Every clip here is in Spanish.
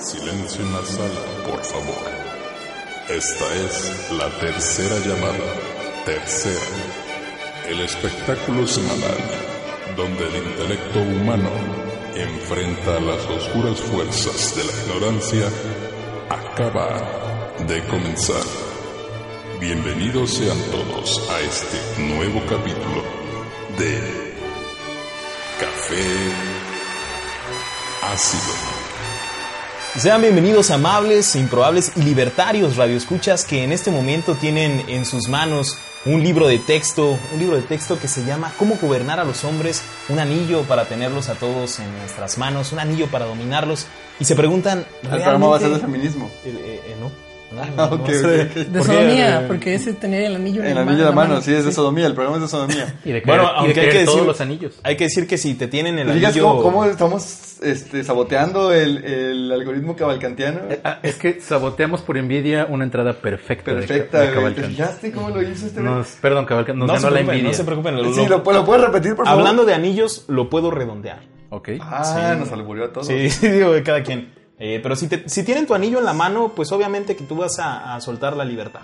Silencio en la sala, por favor. Esta es la tercera llamada. Tercera. El espectáculo semanal donde el intelecto humano enfrenta las oscuras fuerzas de la ignorancia acaba de comenzar. Bienvenidos sean todos a este nuevo capítulo de Café Ácido. Sean bienvenidos amables, improbables y libertarios radioescuchas que en este momento tienen en sus manos un libro de texto, un libro de texto que se llama Cómo gobernar a los hombres, un anillo para tenerlos a todos en nuestras manos, un anillo para dominarlos y se preguntan El programa Ah, va a ser de ¿realmente? feminismo. Eh, eh, no. No, no, Ah, no, ok, no sé. ok, ok. De ¿Por qué? sodomía, Eh, porque ese tener el anillo en, El la anillo de la mano, mano. sí, es de sodomía. El programa es de sodomía. Y de Bueno, bueno, aunque hay que todos decir- los anillos. Hay que decir que si te tienen el ¿Te fijas anillo... cómo, cómo estamos este, saboteando el, el algoritmo cabalcantiano? Ah, es que saboteamos por envidia una entrada perfecta. de- Perfecta, de güey. ¿Te Cavalcanti. fijaste cómo lo hizo este? güey? Nos- perdón, Cavalcan, nos No se ganó la preocupen, envidia. no se preocupen. lo- sí, lo- lo, lo puedes repetir, por favor. Hablando de anillos, lo puedo redondear. Ok. Ah, Sí. nos alburió a todos. Sí, sí, digo, de cada quien. Eh, pero si, te- si tienen tu anillo en la mano, pues obviamente que tú vas a, a soltar la libertad.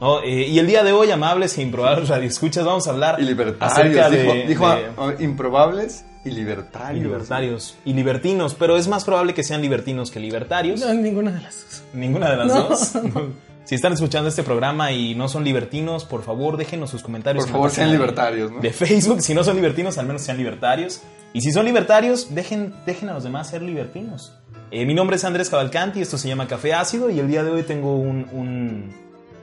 ¿no? Eh, y el día de hoy, amables e improbables radioescuchas, vamos a hablar Y acerca libertarios. de, Dijo, dijo de- a- a- improbables y y libertarios. libertarios y libertinos, pero es más probable que sean libertinos que libertarios. No, ninguna de las dos. Ninguna de las No. dos. Si están escuchando este programa y no son libertinos, por favor déjenos sus comentarios. Por en la favor, página sean de- libertarios, ¿no? De Facebook, si no son libertinos, al menos sean libertarios. Y si son libertarios, dejen, dejen a los demás ser libertinos. Eh, mi nombre es Andrés Cavalcanti, esto se llama Café Ácido y el día de hoy tengo un, un,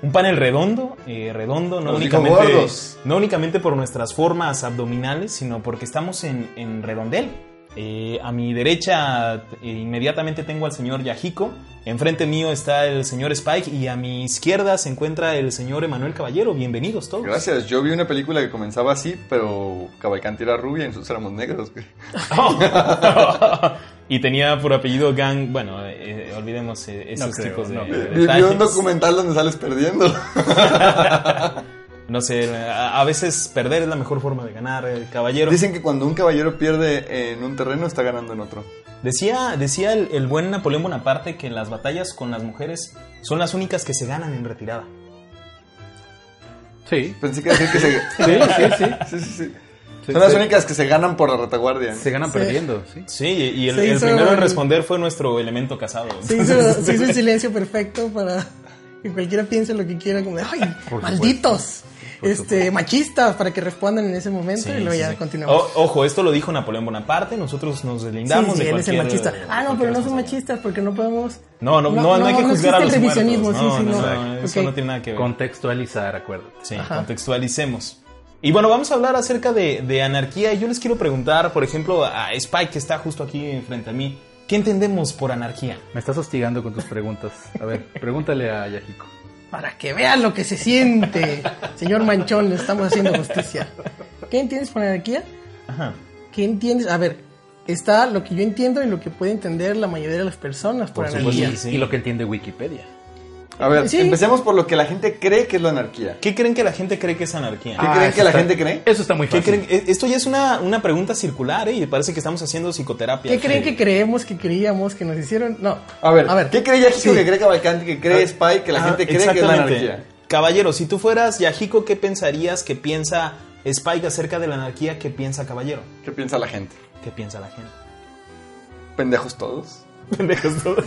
un panel redondo, eh, redondo, no Los dijo únicamente, gordos. no únicamente por nuestras formas abdominales, sino porque estamos en, en redondel. Eh, a mi derecha eh, inmediatamente tengo al señor Yajico, enfrente mío está el señor Spike y a mi izquierda se encuentra el señor Emanuel Caballero. Bienvenidos todos. Gracias. Yo vi una película que comenzaba así, pero Cabalcanti era rubia y nosotros éramos negros. güey. y tenía por apellido Gang. Bueno, eh, olvidemos eh, esos No creo, tipos de, no de creo. Vi, vi detalles. un documental donde sales perdiendo. No sé, a, a veces perder es la mejor forma de ganar, eh, caballero. Dicen que cuando un caballero pierde en un terreno, está ganando en otro. Decía, decía el, el buen Napoleón Bonaparte que las batallas con las mujeres son las únicas que se ganan en retirada. Sí. Pensé que iba a decir que se... Sí, sí, sí. Sí, sí, sí. Sí, Son las sí. únicas que se ganan por la retaguardia. ¿no? Se ganan Sí. perdiendo, sí. Sí, y el, Se el hizo primero en el- responder fue nuestro elemento casado. Se hizo, se hizo el silencio perfecto para que cualquiera piense lo que quiera, como de, ¡ay, Por malditos! Este, machistas, para que respondan en ese momento Sí, y luego sí, ya sí. continuamos. O- ojo, esto lo dijo Napoleón Bonaparte, nosotros nos Sí, deslindamos sí, de él es el cualquier- machista. de Ah, cualquier no, pero no son responsabilidad. machistas porque no podemos. No, no, no, no, hay que juzgar a existe los el muertos. revisionismo, no, sí, sí, no, no. no, eso Ok. no tiene nada que ver. Contextualizar, acuerdo. Sí, contextualicemos. Y bueno, vamos a hablar acerca de, de anarquía. Y yo les quiero preguntar, por ejemplo, a Spike, que está justo aquí frente a mí, ¿qué entendemos por anarquía? Me estás hostigando con tus preguntas. A ver, pregúntale a Yajico. Para que vean lo que se siente. Señor Manchón, le estamos haciendo justicia. ¿Qué entiendes por anarquía? Ajá. ¿Qué entiendes? A ver, está lo que yo entiendo y lo que puede entender la mayoría de las personas por, Por anarquía. supuesto. Sí. Pues, Y lo que entiende Wikipedia. A ver, Sí. empecemos por lo que la gente cree que es la anarquía. ¿Qué ¿Qué creen que la gente cree que es anarquía? Ah, creen eso que la está- gente cree? Eso está muy ¿Qué fácil. creen? Eh, Esto ya es una, una pregunta circular, ¿eh? Y parece que estamos haciendo psicoterapia. ¿Qué creen que creemos que creíamos que nos hicieron? No. A ver, ¿qué cree Yajico Sí. que cree Cavalcanti, que cree Spy, que la Ah, gente cree que es la exactamente. anarquía? Caballero, si tú fueras Yajico, ¿qué pensarías que piensa Spike acerca de la anarquía que piensa Caballero? ¿Qué piensa la gente? ¿Qué piensa la gente? ¿Pendejos todos? Pendejos todos.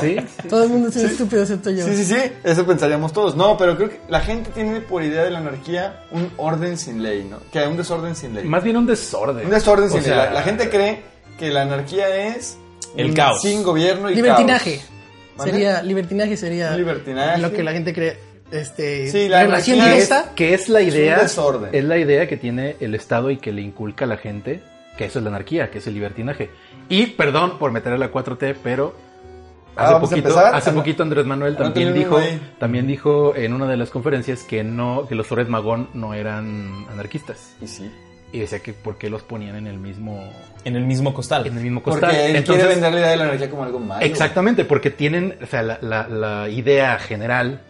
Sí, Todo el mundo es un estúpido excepto yo. Sí, sí, sí, eso pensaríamos todos. No, pero creo que la gente tiene por idea de la anarquía un orden sin ley, ¿no? Que hay un desorden sin ley. Más bien un desorden. un desorden O sin sea, ley. La, la gente cree que la anarquía es... El mm, caos. Sin gobierno y Libertinaje. caos. ¿Vale? Sería libertinaje sería Libertinaje. lo que la gente cree este Sí, la relación anarquía que es, directa. que es la un idea desorden. es la idea que tiene el Estado y que le inculca a la gente que eso es la anarquía, que es el libertinaje. Y perdón por meter a la 4T, pero Ah, hace, vamos a poquito, empezar. hace Ah, no. poquito Andrés Manuel Ah, no también tenemos dijo, ahí. también dijo en una de las conferencias que no, que los Torres Magón no eran anarquistas. Y sí. Y decía que por qué los ponían en el mismo, en el mismo costal. en el mismo Porque costal. él Entonces- quiere vender la idea de la anarquía como algo malo. Exactamente, porque tienen, o sea, la, la- la idea general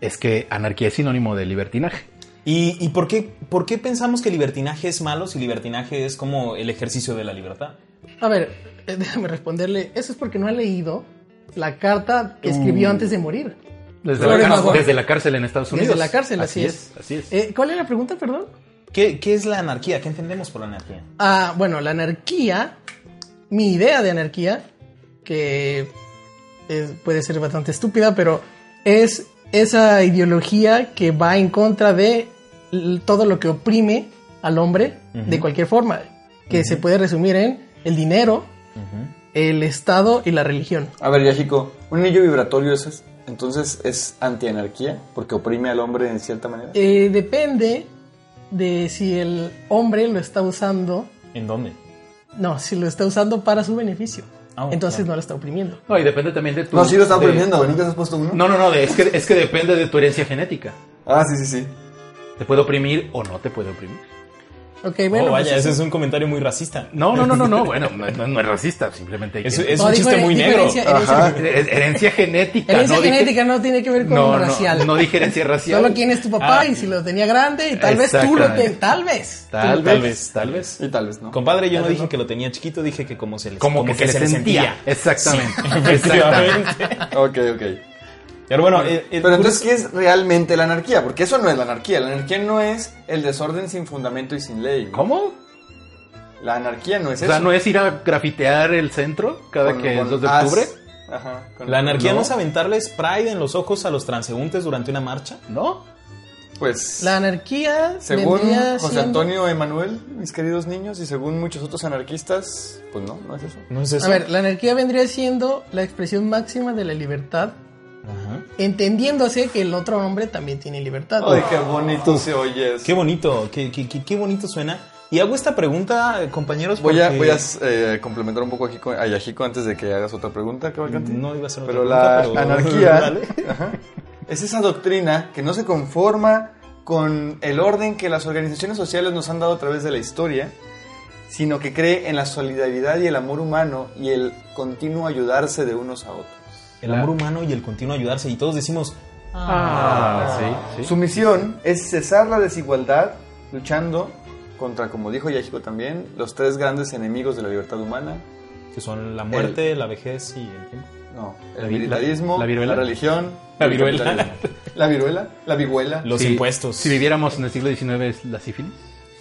es que anarquía es sinónimo de libertinaje. ¿Y, y por, qué, por qué pensamos que libertinaje es malo si libertinaje es como el ejercicio de la libertad? A ver, eh, déjame responderle. Eso es porque no ha leído la carta Mm. que escribió antes de morir. Desde, Sobre la, cárcel- Magón. desde la cárcel en Estados Desde Unidos. la cárcel, así es. es. Así es. Eh, ¿Cuál era la pregunta, perdón? ¿Qué, qué es la anarquía? ¿Qué entendemos por anarquía? Ah, bueno, la anarquía, mi idea de anarquía, que es- puede ser bastante estúpida, pero es esa ideología que va en contra de l- todo lo que oprime al hombre de cualquier forma, que se puede resumir en el dinero, el Estado y la religión. A ver, Yajico, un anillo vibratorio eso es, entonces es antianarquía porque oprime al hombre en cierta manera. Eh, depende de si el hombre lo está usando, ¿En dónde? no, si lo está usando para su beneficio. Ah, Entonces claro. no lo está oprimiendo. No, y depende también de tu. no, sí lo está de- oprimiendo, nunca te has puesto uno. No, no, no, de- es, que, es que depende de tu herencia genética. Ah, sí, sí, sí. Te puede oprimir o no te puede oprimir. Ok, Oh, bueno. pues vaya, eso- ese es un comentario muy racista. No, no, no, no, no, bueno, no, no- no es racista, simplemente. hay que- Es, es No, un dijo chiste her- muy dijo negro. herencia- herencia- Ajá. Her- Herencia genética. Herencia no dije- genética no tiene que ver con no, no, racial. No, dije herencia racial. Solo quién es tu papá Ah. y si lo tenía grande y tal vez tú lo Exactamente. ten, tal vez. Tal, Tal vez. vez, tal vez. Y tal vez, ¿no? Compadre, yo no dije que lo tenía chiquito, dije que como se le Como, que, se, le sentía. Exactamente. Exactamente. Ok, ok. Pero bueno, eh, eh, Pero pues- entonces, ¿qué es realmente la anarquía? Porque eso no es la anarquía. La anarquía no es el desorden sin fundamento y sin ley. ¿no? ¿Cómo? La anarquía no es O sea, eso. ¿no es ir a grafitear el centro cada Con- que con es 2 de as. octubre? Ajá. con- pues, la anarquía no. no, es aventarle spray en los ojos a los transeúntes durante una marcha. ¿No? Pues, La anarquía según vendría José siendo- Antonio Emanuel, mis queridos niños, y según muchos otros anarquistas, pues no, no es eso. No es eso. A ver, la anarquía vendría siendo la expresión máxima de la libertad, Ajá. entendiéndose que el otro hombre también tiene libertad. Ay, qué bonito se oye eso. Qué bonito, qué, qué- qué- qué bonito suena. Y hago esta pregunta, eh, compañeros, Voy a, porque voy a eh, complementar un poco aquí con- a Yajico antes de que hagas otra pregunta, Cavalcanti. No iba a ser otra Pero pregunta, la pero- Dale. anarquía ajá, es esa doctrina que no se conforma con el orden que las organizaciones sociales nos han dado a través de la historia, sino que cree en la solidaridad y el amor humano y el continuo ayudarse de unos a otros. el amor humano y el continuo ayudarse. Y todos decimos, Ah, sí, Su sí. misión es cesar la desigualdad luchando contra, como dijo Yajico también, los tres grandes enemigos de la libertad humana, que son la muerte, la vejez y el tiempo. No, La el vi- la- militarismo, la la, viruela. religión, La el viruela. capitalismo. la viruela, la vihuela. Los Si- impuestos, Si viviéramos en el siglo XIX, ¿es la sífilis?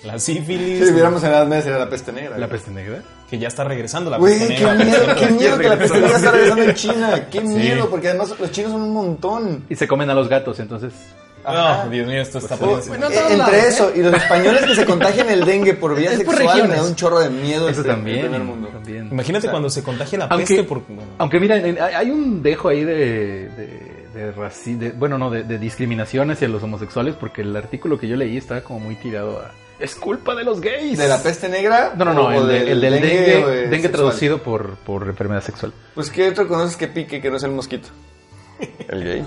la Si sífilis, viviéramos en la Edad Media sería la peste negra. ¿La güey. peste negra? que ya está regresando la Güey, peste qué negra. miedo, qué miedo que la peste negra está regresando. regresando en China. Qué miedo, porque además los chinos son un montón. Y se comen a los gatos, entonces. Este, Ajá. No, Ah, Dios mío, esto está Oh, poniéndose- Bueno, eh, todos entre lados, eso y los españoles que se contagian el dengue por vía Es por sexual me da regiones. un chorro de miedo Eso este- el también. primer mundo. también. Imagínate o sea, cuando se contagie la aunque- peste por... bueno, Aunque mira, en- hay hay un dejo ahí de, de, de raci- de- bueno, no, de, de discriminación hacia los homosexuales, porque el artículo que yo leí estaba como muy tirado a... Es culpa de los gays. ¿De la peste negra? No, no, o no, el, de- del el del dengue, o de dengue, sexual? traducido por, por enfermedad sexual. Pues, ¿qué otro conoces que pique que no es el mosquito? El gay.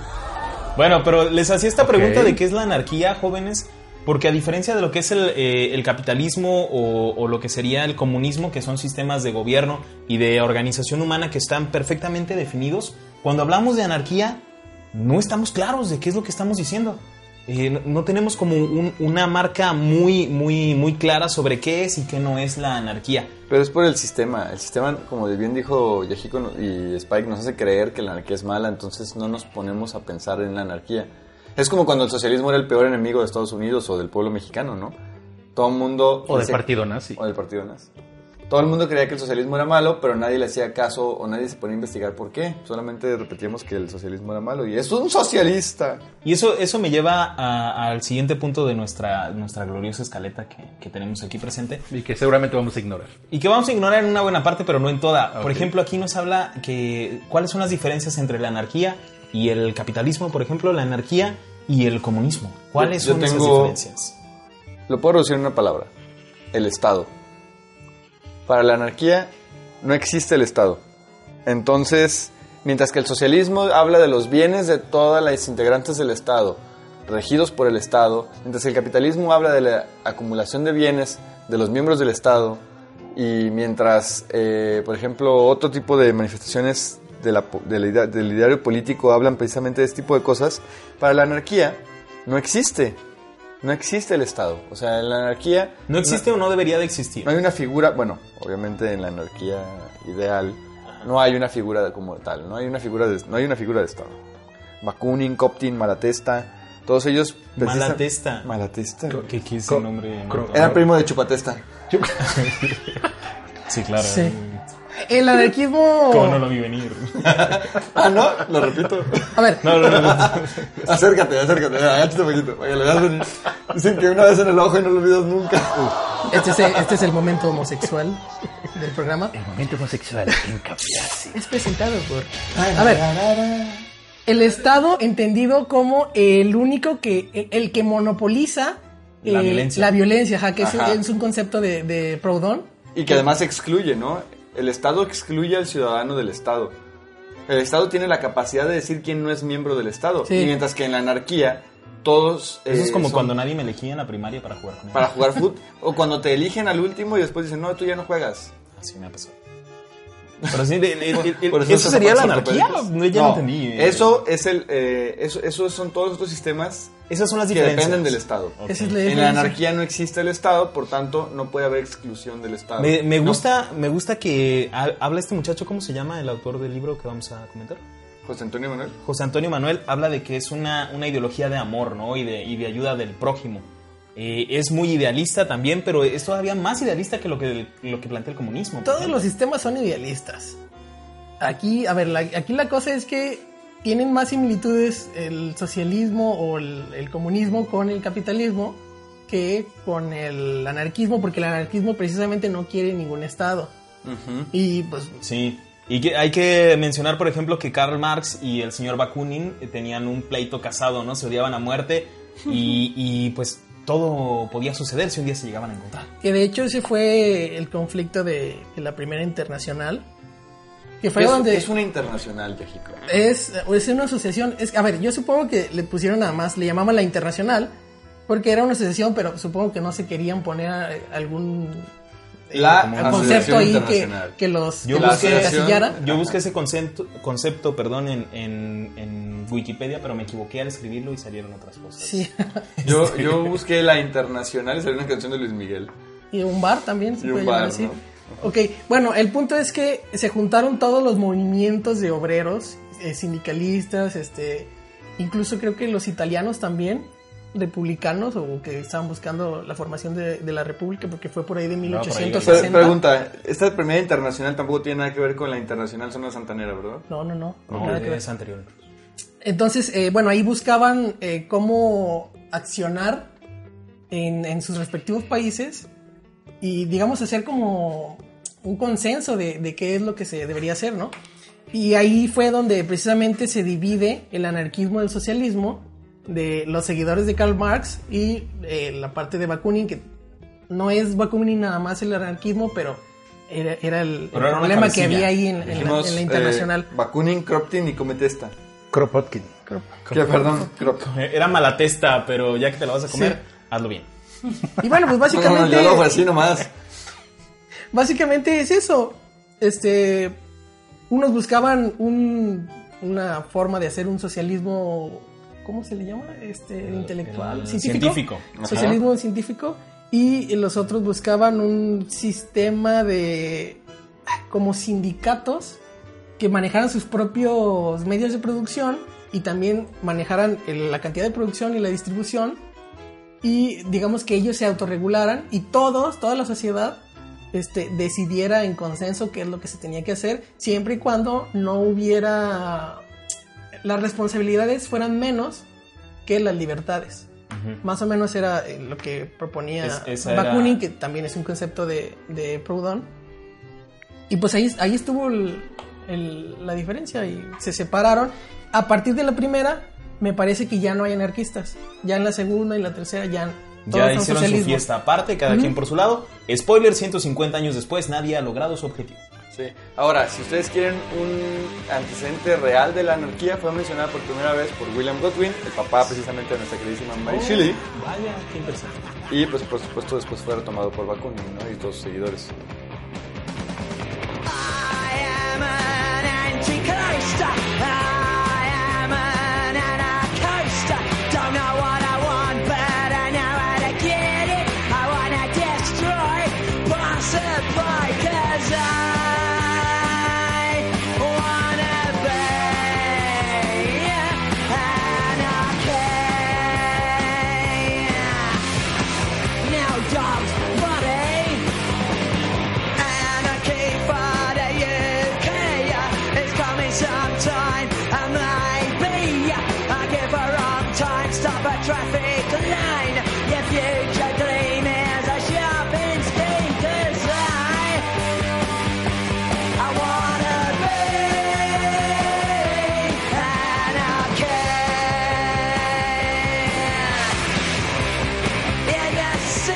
Bueno, pero les hacía esta Ok. pregunta de qué es la anarquía, jóvenes, porque a diferencia de lo que es el, eh, el capitalismo o, o lo que sería el comunismo, que son sistemas de gobierno y de organización humana que están perfectamente definidos, cuando hablamos de anarquía no estamos claros de qué es lo que estamos diciendo. Eh, no, no tenemos como un- una marca muy, muy, muy clara sobre qué es y qué no es la anarquía. Pero es por el sistema. El sistema, como bien dijo Yajico no- y Spike, nos hace creer que la anarquía es mala, entonces no nos ponemos a pensar en la anarquía. Es como cuando el socialismo era el peor enemigo de Estados Unidos o del pueblo mexicano, ¿no? Todo el mundo... O del ese- partido nazi. O del partido nazi. Todo el mundo creía que el socialismo era malo, pero nadie le hacía caso o nadie se ponía a investigar por qué. Solamente repetíamos que el socialismo era malo y es un socialista. Y eso, eso me lleva a- al siguiente punto de nuestra, nuestra gloriosa escaleta que- que tenemos aquí presente. Y que seguramente vamos a ignorar. Y que vamos a ignorar en una buena parte, pero no en toda. Por Ok. ejemplo, aquí nos habla que cuáles son las diferencias entre la anarquía y el capitalismo, por ejemplo, la anarquía y el comunismo. ¿Cuáles yo son esas tengo- diferencias? Lo puedo reducir en una palabra. El Estado. Para la anarquía no existe el Estado. Entonces, mientras que el socialismo habla de los bienes de todas las integrantes del Estado, regidos por el Estado, mientras que el capitalismo habla de la acumulación de bienes de los miembros del Estado, y mientras, eh, por ejemplo, otro tipo de manifestaciones de la po- del idea- del ideario político hablan precisamente de este tipo de cosas, para la anarquía no existe. No existe el Estado. O sea, en la anarquía... No existe o no debería de existir. No hay una figura, bueno, obviamente en la anarquía ideal no hay una figura de- como tal, no hay una figura de, no hay una figura de Estado. Bakunin, Coptin, Malatesta, todos ellos... precisa- Malatesta. Malatesta. ¿Qué qué es Co- el nombre? cro- Era primo de Chupatesta. Sí, claro. Sí. El anarquismo. ¿Cómo no lo vi venir? Ah, no, lo repito. A ver, No, no, no. no. acércate, acércate, agáchate un poquito. para que lo veas venir. Dicen que una vez en el ojo y no lo olvidas nunca. este es, el, este es el momento homosexual del programa. El momento homosexual en Capiace. Es presentado por. A ver. El Estado entendido como el único que. el que monopoliza. La eh, violencia. La violencia, ajá, que es, un- Ajá. es un concepto de, de Proudhon. Y que además excluye, ¿no? El Estado excluye al ciudadano del Estado. El Estado tiene la capacidad de decir quién no es miembro del Estado. Sí. Y mientras que en la anarquía, todos. eh, Eso es como son cuando nadie me elegía en la primaria para jugar con él. Para jugar fútbol. o cuando te eligen al último y después dicen, no, tú ya no juegas. Así me pasó. Pero sí, el- el- el- el- Por ¿eso se sería la separan anarquía? ortopédicos. No, ya no, entendí. eh. Eso es el. eh, eso, esos son todos estos sistemas Esas son las que diferencias. dependen del Estado. Ok. Esa es la En la diferencia. anarquía no existe el Estado, por tanto, no puede haber exclusión del Estado. Me, me No. gusta, me gusta que ha- habla este muchacho, ¿cómo se llama el autor del libro que vamos a comentar? José Antonio Manuel. José Antonio Manuel habla de que es una, una ideología de amor, ¿no? Y de, y de ayuda del prójimo. Eh, es muy idealista también, pero es todavía más idealista que lo que, lo que plantea el comunismo. por Todos ejemplo. los sistemas son idealistas. Aquí, a ver, la- aquí la cosa es que tienen más similitudes el socialismo o el, el comunismo con el capitalismo que con el anarquismo, porque el anarquismo precisamente no quiere ningún Estado. Y pues Sí. Y que hay que mencionar, por ejemplo, que Karl Marx y el señor Bakunin eh, tenían un pleito casado, ¿no? Se odiaban a muerte y, y, pues todo podía suceder si un día se llegaban a encontrar. que de hecho ese fue el conflicto de, de la primera internacional, que fue es, donde... es una internacional, México. Es, es una asociación. Es, a ver, yo supongo que le pusieron nada más, le llamaban la internacional, porque era una asociación, pero supongo que no se querían poner eh, algún eh, La concepto Asociación ahí que, Internacional. que los Yo que los busqué- encasillara. Yo busqué ese concepto, concepto perdón, en, en- en Wikipedia, pero me equivoqué al escribirlo y salieron otras cosas. Sí, Yo, yo busqué la internacional y salió una canción de Luis Miguel. y un bar también se Y un puede llamar bar, así. ¿no? Ok, bueno, el punto es que se juntaron todos los movimientos de obreros, eh, sindicalistas, este, incluso creo que los italianos también, republicanos, o que estaban buscando la formación de, de la república, porque fue por ahí de por ahí, Pero, 1860. pregunta, esta primera internacional tampoco tiene nada que ver con la internacional zona santanera, ¿verdad? No, no, no. No, nada que ver. es anterior. Entonces, eh, bueno, ahí buscaban eh, cómo accionar en, en sus respectivos países y, digamos, hacer como un consenso de, de qué es lo que se debería hacer, ¿no? Y ahí fue donde precisamente se divide el anarquismo del socialismo de los seguidores de Karl Marx y eh, la parte de Bakunin, que no es Bakunin nada más el anarquismo, pero era, era el, el Pero era una problema que cabecilla. había ahí en, en la- en la, Dijimos, eh, internacional. Bakunin, Kropotkin y Cometesta. Kropotkin. Que, perdón, Kropotkin. Eh, Era mala testa, pero ya que te la vas a comer, hazlo bien. Y bueno, No, pues no, básicamente... yo lo así nomás. básicamente es eso. Este, unos buscaban un- una forma de hacer un socialismo, ¿cómo se le llama? Este, intelectual, el científico. científico. Ajá. Socialismo científico. Y los otros buscaban un sistema de, ah, como sindicatos que manejaran sus propios medios de producción y también manejaran el- la cantidad de producción y la distribución y digamos que ellos se autorregularan y todos, toda la sociedad este, decidiera en consenso qué es lo que se tenía que hacer, siempre y cuando no hubiera las responsabilidades fueran menos que las libertades. Más o menos era eh, lo que proponía Es- esa era- Bakunin, que también es un concepto de, de Proudhon. Y pues ahí, ahí estuvo el- el- la diferencia y se separaron. A partir de la primera, me parece que ya no hay anarquistas. Ya en la segunda y la tercera ya Todos Ya son hicieron su socialismo. fiesta aparte, cada quien por su lado. Spoiler, 150 años después nadie ha logrado su objetivo. Sí. Ahora, si ustedes quieren un antecedente real de la anarquía, fue mencionada por primera vez por William Godwin, el papá precisamente de nuestra queridísima Mary Oh. Shelley, Vaya, qué interesante. y pues por supuesto después fue retomado por Bakunin ¿no? y todos sus seguidores. Sometime I might be I give a wrong time Stop a traffic line Your future dream is a sharp instinct design I wanna be anarchist In the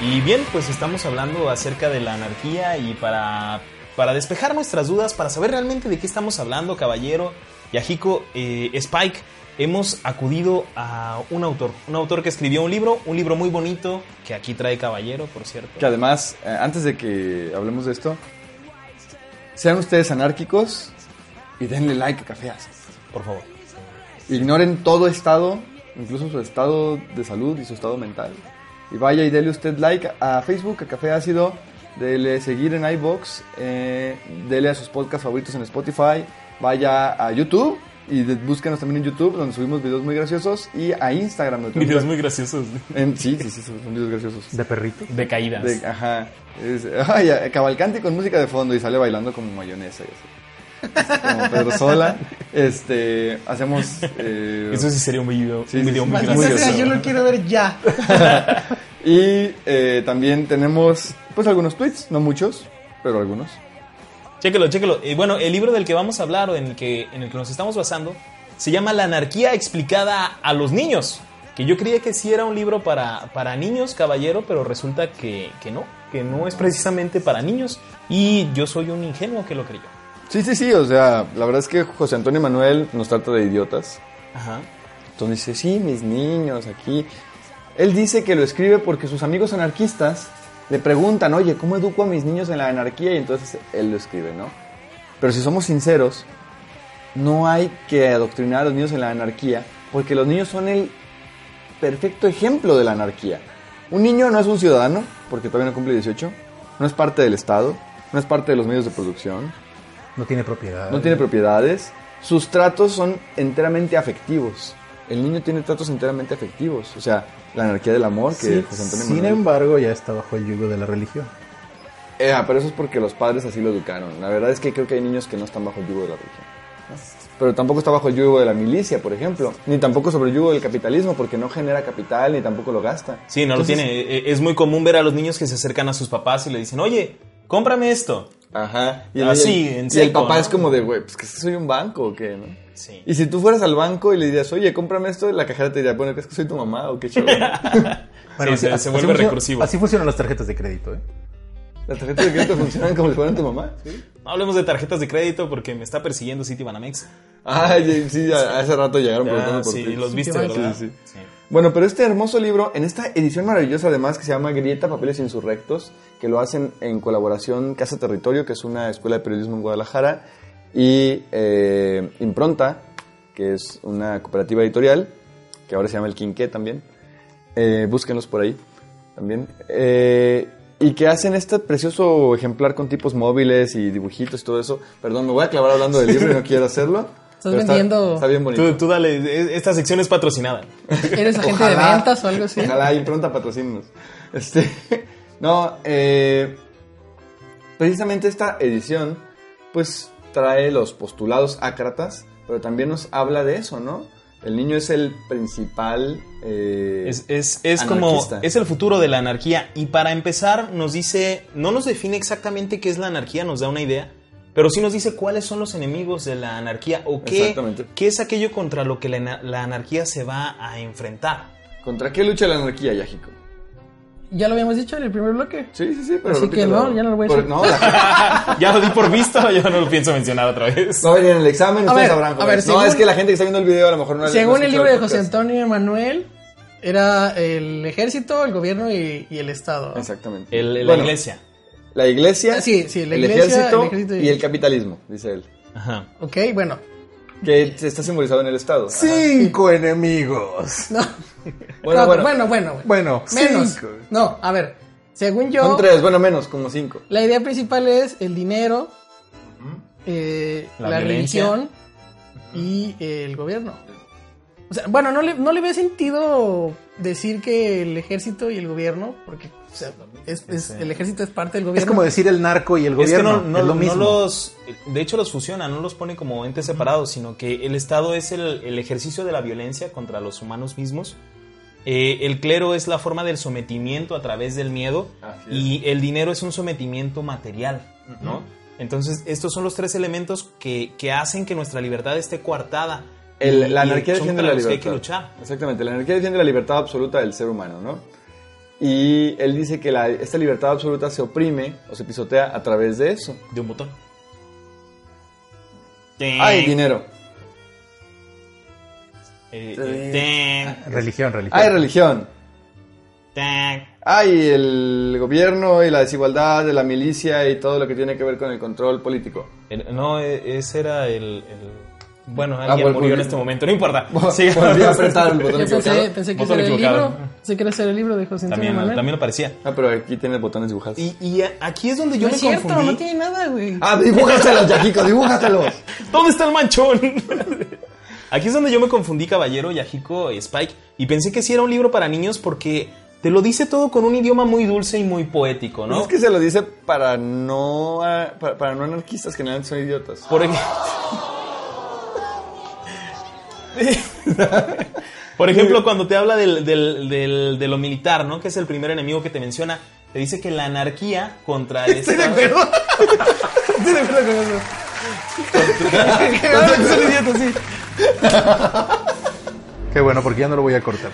city Y bien, pues estamos hablando acerca de la anarquía y para, para despejar nuestras dudas, para saber realmente de qué estamos hablando, caballero, Yajico, eh, Spike, hemos acudido a un autor, un autor que escribió un libro, un libro muy bonito, que aquí trae caballero, por cierto. Que además, eh, antes de que hablemos de esto, sean ustedes anárquicos y denle like a Cafeas. Por favor. Ignoren todo estado, incluso su estado de salud y su estado mental. Y vaya y dele usted like a Facebook, a Café Ácido, dele seguir en iBox, eh, dele a sus podcasts favoritos en Spotify, vaya a YouTube y de- búsquenos también en YouTube, donde subimos videos muy graciosos, y a Instagram. donde tenemos- muy graciosos. en- sí, sí, sí, son videos graciosos. ¿De perritos? De caídas. De- ajá. Es- ay, a- Cavalcanti con música de fondo y sale bailando como mayonesa y así. Como Pedro Sola. Este, hacemos... eh, Eso sí sería un video, Sí, un sí, video sí. muy Maldita Maldita gracioso. sea, yo lo quiero ver ya. Y eh, también tenemos pues algunos tweets, no muchos, pero algunos. Chéquelo, chéquelo. Eh, bueno, el libro del que vamos a hablar o en el que, en el que nos estamos basando se llama La anarquía explicada a los niños. Que yo creía que sí era un libro para, para niños, caballero, pero resulta que, que no, que no es precisamente para niños. Y yo soy un ingenuo que lo creyó. Sí, sí, sí, o sea, la verdad es que José Antonio Manuel nos trata de idiotas. Ajá. Entonces dice, sí, mis niños, aquí. Él dice que lo escribe porque sus amigos anarquistas le preguntan, oye, ¿cómo educo a mis niños en la anarquía? Y entonces él lo escribe, ¿no? Pero si somos sinceros, no hay que adoctrinar a los niños en la anarquía, porque los niños son el perfecto ejemplo de la anarquía. Un niño no es un ciudadano, porque todavía no cumple 18, no es parte del Estado, no es parte de los medios de producción, No tiene propiedad. no tiene propiedades. Sus tratos son enteramente afectivos. El niño tiene tratos enteramente afectivos. O sea, la anarquía del amor que Sí, José Antonio sin Manuel- embargo, ya está bajo el yugo de la religión. Eh, ah, pero eso es porque los padres así lo educaron. La verdad es que creo que hay niños que no están bajo el yugo de la religión. ¿no? Pero tampoco está bajo el yugo de la milicia, por ejemplo. Ni tampoco sobre el yugo del capitalismo, porque no genera capital ni tampoco lo gasta. Sí, no Entonces- lo tiene. Eh, Es muy común ver a los niños que se acercan a sus papás y le dicen, oye, cómprame esto. Ajá. Así, en y el seco, papá ¿no? es como de, güey, pues que soy un banco o qué, ¿no? Sí. Y si tú fueras al banco y le dirías, oye, cómprame esto, la cajera te diría, bueno, ¿crees que soy tu mamá o qué chulo? Sí, se- así- se así vuelve funciona- recursivo. Así funcionan las tarjetas de crédito, ¿eh? Las tarjetas de crédito funcionan como si fueran tu mamá. No hablemos de tarjetas de crédito porque me está persiguiendo Citibanamex. Ay, sí, Ah, ya, hace rato llegaron Ah, preguntando por sí, ti. los viste, Sí, ¿verdad? sí. Sí. Bueno, pero este hermoso libro, en esta edición maravillosa además que se llama Grieta, Papeles Insurrectos, que lo hacen en colaboración Casa Territorio, que es una escuela de periodismo en Guadalajara, y eh, Impronta, que es una cooperativa editorial, que ahora se llama El Quinqué también. Eh, búsquenlos por ahí también. Eh, y que hacen este precioso ejemplar con tipos móviles y dibujitos y todo eso. Perdón, me voy a clavar hablando del libro y no quiero hacerlo. Estás pero está- vendiendo- Está, bien bonito. Tú, tú dale, e- esta sección es patrocinada. ¿Eres agente de ventas o algo así? Ojalá y pronto patrocínenos. Este, no, eh, precisamente esta edición, pues trae los postulados ácratas, pero también nos habla de eso, ¿no? El niño es el principal. eh, Es, es- es como, Anarquista. es el futuro de la anarquía. Y para empezar, nos dice, no nos define exactamente qué es la anarquía, nos da una idea, Pero sí nos dice cuáles son los enemigos de la anarquía o qué, Exactamente. qué es aquello contra lo que la, ana- la anarquía se va a enfrentar. ¿Contra qué lucha la anarquía, Yajico? Ya lo habíamos dicho en el primer bloque. Sí, sí, sí, pero Así que repítelo. no, ya no lo voy a Por- decir. No, la- Ya lo di por visto, ya no lo pienso mencionar otra vez. no venía en el examen, ustedes ver, sabrán. a jóvenes. ver, no, según- es que la gente que está viendo el video a lo mejor no Según el libro de José José Antonio Emanuel, era el ejército, el gobierno y, y el Estado. ¿no? Exactamente. El- la Bueno, iglesia. La iglesia, Ah, sí, sí, la el, iglesia, ejército el ejército y... y- el capitalismo, dice él. Ajá. Ok, bueno. Que está simbolizado en el Estado. Ajá. Cinco enemigos. No. Bueno, bueno. No, bueno, bueno, bueno. Bueno, Menos. cinco. No, a ver. Según yo, Son tres, bueno, menos, como cinco. la idea principal es el dinero, eh, La la, violencia. religión y eh, el gobierno. O sea, bueno, no le, no le ve sentido decir que el ejército y el gobierno, porque o sea, es- es- el ejército es parte del gobierno. Es como decir el narco y el Es que no, gobierno. no- es lo no mismo. los. De hecho, los fusiona, no los pone como entes separados, sino que el Estado es el, el ejercicio de la violencia contra los humanos mismos. Eh, el clero es la forma del sometimiento a través del miedo. Así es. Y el dinero es un sometimiento material, ¿no? Entonces, estos son los tres elementos que, que hacen que nuestra libertad esté coartada. El- Y- la y anarquía son defiende contra la los libertad. que hay que luchar. Exactamente, la anarquía defiende la libertad absoluta del ser humano, ¿no? Y él dice que la- esta libertad absoluta se oprime o se pisotea a través de eso. De un botón. Ay, dinero. Eh, eh, Religión, religión. Ay, religión. ten, ten. Ay, el gobierno y la desigualdad de la milicia y todo lo que tiene que ver con el control político. El- no, e- ese era el. el- bueno, Ah, alguien vol- murió en volví- este momento, no importa. Volví a apretar el botón Yo equivocado. pensé, pensé que ese Botón era el equivocado. libro. Pensé que ese era el libro de José Antonio También, Manuel. también lo parecía. Ah, pero aquí tiene botones dibujados. Y, y a- aquí es donde yo No me es cierto, confundí. no tiene nada, güey. Ah, dibújatelos, Yajico, dibújatelos. ¿Dónde está el manchón? Aquí es donde yo me confundí, caballero, Yajico, Spike, y pensé que sí era un libro para niños porque te lo dice todo con un idioma muy dulce y muy poético, Pues ¿no? Es que se lo dice para no, ah, para, para no anarquistas, generalmente son idiotas. Por ejemplo. Por ejemplo, cuando te habla del- del- del- de lo militar, ¿no? Que es el primer enemigo que te menciona, te dice que la anarquía contra el Estoy de Estado- acuerdo. Estoy de acuerdo con eso. Entonces, son idiotas, sí. Qué bueno, porque ya no lo voy a cortar.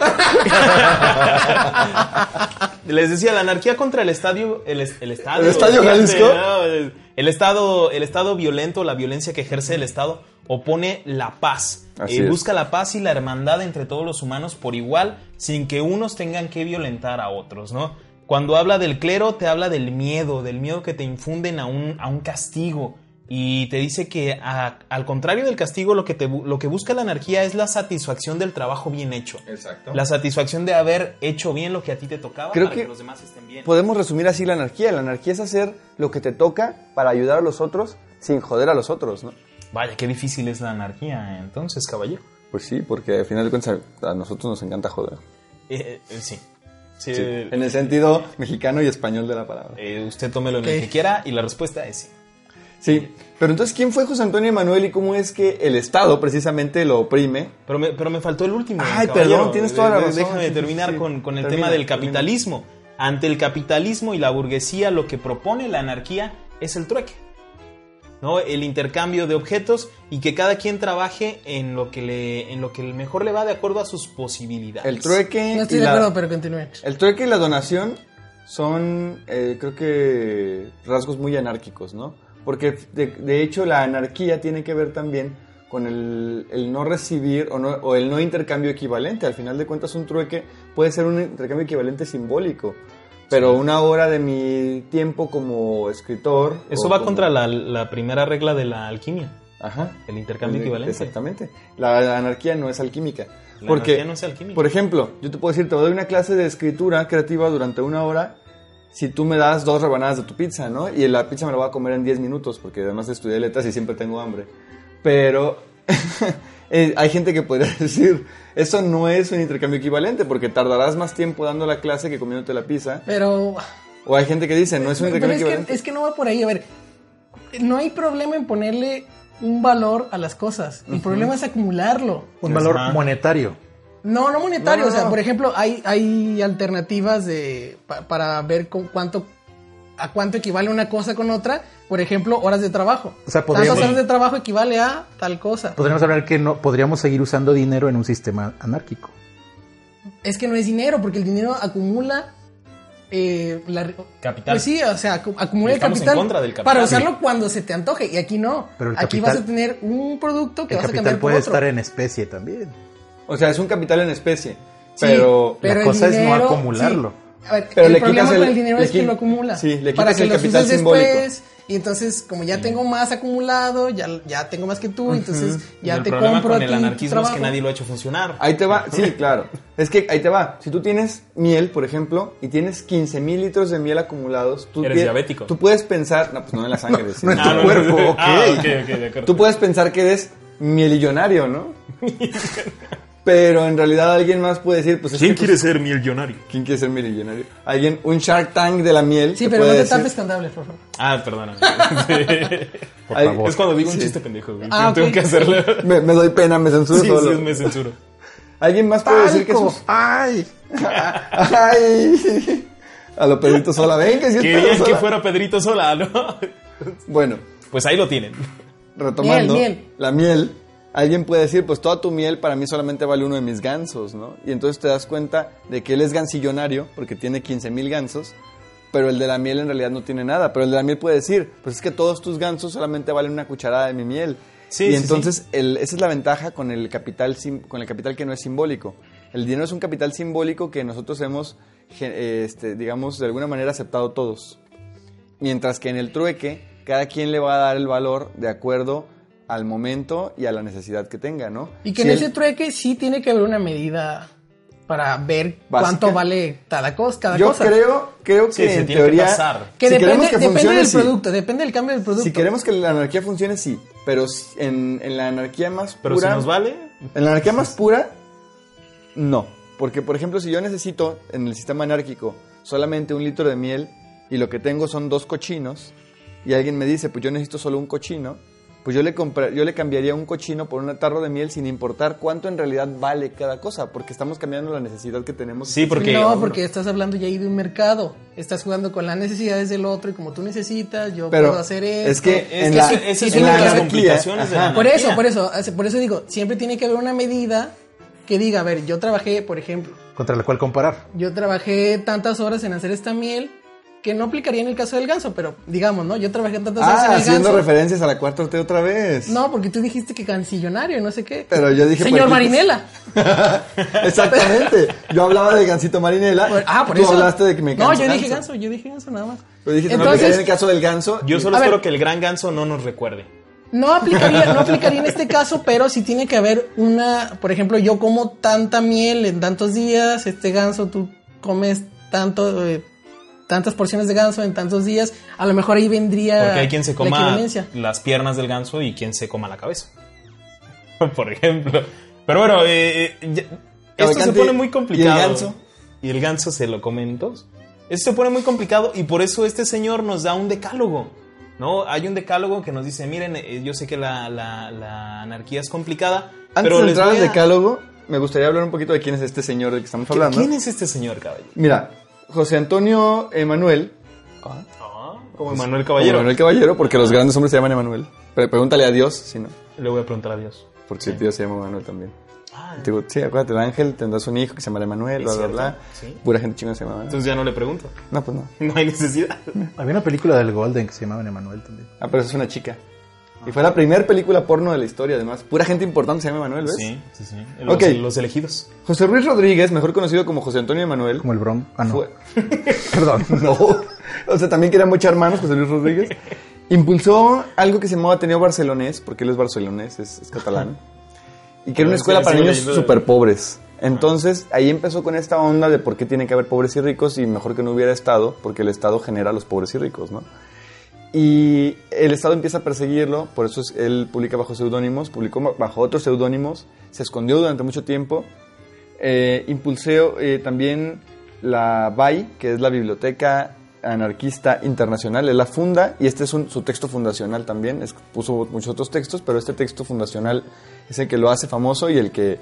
Les decía, la anarquía contra el estadio, el, es- el estadio. ¿El estadio Jalisco? no, el, el estado, el estado violento, la violencia que ejerce el Estado opone la paz. Así Eh, es. busca la paz y la hermandad entre todos los humanos por igual, sin que unos tengan que violentar a otros, ¿no? Cuando habla del clero, te habla del miedo, del miedo que te infunden a un, a un castigo. Y te dice que a- al contrario del castigo, lo que, te bu- lo que busca la anarquía es la satisfacción del trabajo bien hecho. Exacto. La satisfacción de haber hecho bien lo que a ti te tocaba Creo para que, que los demás estén bien. Podemos resumir así la anarquía. La anarquía es hacer lo que te toca para ayudar a los otros sin joder a los otros, ¿no? Vaya, qué difícil es la anarquía entonces, caballero. Pues sí, porque al final de cuentas a nosotros nos encanta joder. Eh, eh, sí. Sí, Sí, eh, En el sentido mexicano y español de la palabra. eh, usted tómelo en el Ok. que quiera y la respuesta es sí. Sí, pero entonces, ¿quién fue José Antonio Emanuel y cómo es que el Estado precisamente lo oprime? Pero me, pero me faltó el último. Ay, caballero. perdón, tienes toda la De- de- razón. Sí, Déjame sí, terminar sí. con, con el Termina, tema del termina. capitalismo. Ante el capitalismo y la burguesía, lo que propone la anarquía es el trueque. ¿no? El intercambio de objetos y que cada quien trabaje en lo que, le, en lo que mejor le va de acuerdo a sus posibilidades. El trueque, No estoy y de la- acuerdo, pero continúen. el trueque y la donación son, eh, creo que, rasgos muy anárquicos, ¿no? Porque de, de hecho la anarquía tiene que ver también con el, el no recibir o, no- o el no intercambio equivalente. Al final de cuentas, un trueque puede ser un intercambio equivalente simbólico. Pero una hora de mi tiempo como escritor. Eso o va como- contra la, la primera regla de la alquimia, Ajá. el intercambio equivalente. Exactamente. La, la anarquía no es alquímica. La porque, anarquía no es alquímica. Por ejemplo, yo te puedo decir, te doy una clase de escritura creativa durante una hora si tú me das dos rebanadas de tu pizza, ¿no? Y la pizza me la voy a comer en 10 minutos porque además estudié letras y siempre tengo hambre. Pero eh, hay gente que podría decir, eso no es un intercambio equivalente porque tardarás más tiempo dando la clase que comiéndote la pizza. Pero, O hay gente que dice, no es un pero intercambio es, equivalente. que, es que no va por ahí. A ver, no hay problema en ponerle un valor a las cosas. El problema es acumularlo. Un valor Ajá. monetario. No, no monetario. No, O sea, no. por ejemplo, hay, hay alternativas de, pa- para ver con cuánto a cuánto equivale una cosa con otra, por ejemplo, horas de trabajo. O sea, Tantas podríamos- horas de trabajo equivale a tal cosa. Podríamos hablar que no podríamos seguir usando dinero en un sistema anárquico. Es que no es dinero, porque el dinero acumula eh, la ri- Capital. Pues sí, o sea, acu- acumula el Estamos en capital, contra del capital. para usarlo cuando se te antoje. Y aquí no. Pero el aquí capital- vas a tener un producto que El vas a cambiar capital por puede otro. estar en especie también. O sea, es un capital en especie, Sí, pero... la el cosa es no acumularlo. sí. A ver, Pero el le problema quitas con el- el dinero le es que qui- lo acumula. sí, le para quitas que el lo capital uses simbólico. después. Y entonces, como ya tengo más acumulado, ya, ya tengo más que tú, entonces ya el te problema compro con a ti el tu anarquismo es que trabajo. nadie lo ha hecho funcionar. Ahí te va, sí, claro. Es que ahí te va. Si tú tienes miel, por ejemplo, y tienes 15 mil litros de miel acumulados, tú Eres pi- diabético. Tú puedes pensar, no, pues no en la sangre, sino- no en tu cuerpo, ok. Ah, ok, ok, de acuerdo. Tú puedes pensar que eres mielillonario, ¿no? Pero en realidad alguien más puede decir, pues es que, pues, ser millonario? ¿Quién quiere ser mielillonario? Alguien, un Shark Tank de la miel. Sí, que pero no puede te decir- tapes con tablet, por favor. Ah, perdóname. Por Ay, favor. es cuando digo un Sí. chiste pendejo, güey. Ah, tengo ok. que hacerle. Me, me doy pena, me censuro sí, solo. sí, me censuro. Alguien más puede decir que Talco. sus... ¡Ay! ¡Ay! A los perritos sola. Ven, que si es perro Querían que sola. fuera Pedrito Sola, ¿no? Bueno, Pues ahí lo tienen. retomando Miel, miel. la miel, alguien puede decir, pues toda tu miel para mí solamente vale uno de mis gansos, ¿no? Y entonces te das cuenta de que él es gansillonario porque tiene 15 mil gansos, pero el de la miel en realidad no tiene nada. Pero el de la miel puede decir, pues es que todos tus gansos solamente valen una cucharada de mi miel. Sí, y sí, entonces el- esa es la ventaja con el capital sim- con el capital que no es simbólico. El dinero es un capital simbólico que nosotros hemos, gen- eh, este, digamos, de alguna manera aceptado todos. Mientras que en el trueque, cada quien le va a dar el valor de acuerdo al momento y a la necesidad que tenga, ¿no? Y que Si en el- ese trueque sí tiene que haber una medida para ver Básica. cuánto vale cada, cosa cada Yo cosa. creo, creo que Sí, se tiene en que teoría. pasar. que si depende, queremos que depende funcione, del sí. producto, depende del cambio del producto. Si queremos que la anarquía funcione, sí. Pero si- en, en la anarquía más Pero pura. si nos vale, En la anarquía más pura, no. Porque, por ejemplo, si yo necesito en el sistema anárquico solamente un litro de miel y lo que tengo son dos cochinos y alguien me dice, pues yo necesito solo un cochino, pues yo le, compra- yo le cambiaría un cochino por un tarro de miel sin importar cuánto en realidad vale cada cosa, porque estamos cambiando la necesidad que tenemos. Sí, porque- no, porque estás hablando ya ahí de un mercado. Estás jugando con las necesidades del otro y como tú necesitas, yo Pero puedo hacer esto. es que Es en que la, eso- esas en son la las anarquía, complicaciones de la ajá, Por eso, Mira. por eso, hace- por eso digo, siempre tiene que haber una medida que diga, a ver, yo trabajé, por ejemplo, Contra la cual comparar. yo trabajé tantas horas en hacer esta miel que no aplicaría en el caso del ganso, pero digamos, ¿no? Yo trabajé tantas horas en Ah, el haciendo ganso. referencias a la cuarta T otra vez. No, porque tú dijiste que cancillonario, no sé qué. Pero yo dije, Señor pues, Marinela. Exactamente. Yo hablaba de Gansito Marinela. Por- ah, por tú eso. hablaste de que me No, canso yo dije ganso. ganso, yo dije ganso nada más. Pero dije, no, Entonces, en el caso del ganso. yo solo A ver. espero que el gran ganso no nos recuerde. No aplicaría, no aplicaría en este caso, pero sí tiene que haber una, por ejemplo, yo como tanta miel en tantos días, este ganso, tú comes tanto, eh, tantas porciones de ganso en tantos días, a lo mejor ahí vendría Porque hay quien se Ah, la coma equivalencia. las piernas del ganso y quien se coma la cabeza. Por ejemplo. Pero bueno, eh, eh, ya- esto se Cavalcanti, pone muy complicado. ¿y el ganso? ¿Y el ganso se lo comen dos. Esto se pone muy complicado y por eso este señor nos da un decálogo. ¿no? Hay un decálogo que nos dice, miren, eh, yo sé que la, la- la anarquía es complicada, Antes pero de les entrar al voy a- decálogo, me gustaría hablar un poquito de quién es este señor del que estamos hablando. ¿Quién es este señor, caballero? Mira, José Antonio Emanuel. Ah, pues, como Manuel Caballero. Emanuel Caballero, porque los grandes hombres se llaman Emanuel. Pero pregúntale a Dios, si no. Le voy a preguntar a Dios. Porque Dios se llama Emanuel también. Ah, Digo, sí, acuérdate, el ángel tendrás un hijo que se llamará Emanuel, Es bla, bla, cierto, bla. sí. Pura gente chingona se llama Emanuel. entonces ya no le pregunto. No, pues no. No hay necesidad. Había una película del Golden que se llamaba Emanuel también. Ah, pero eso es una chica. Y fue la primera película porno de la historia, además. Pura gente importante se llama Emanuel, ¿ves? Sí, sí, sí. Los, Ok. los elegidos. José Ruiz Rodríguez, mejor conocido como José Antonio Emanuel. Como el Brom. Ah, no. Fue- Perdón. No. O sea, también quería mucho hermanos José Luis Rodríguez. Impulsó algo que se llamaba Ateneo Barcelonés, porque él es barcelonés, es, es catalán. Y que era una Sí, escuela para sigo niños leyendo de- súper pobres. Entonces, ahí empezó con esta onda de por qué tiene que haber pobres y ricos y mejor que no hubiera Estado, porque el Estado genera a los pobres y ricos, ¿no? Y el Estado empieza a perseguirlo, por eso es- él publica bajo seudónimos, publicó ma- bajo otros seudónimos, se escondió durante mucho tiempo. Eh, impulsó eh, también la BAI, que es la Biblioteca Anarquista Internacional, él la funda y este es un- su texto fundacional también, es- puso muchos otros textos, pero este texto fundacional es el que lo hace famoso y el que,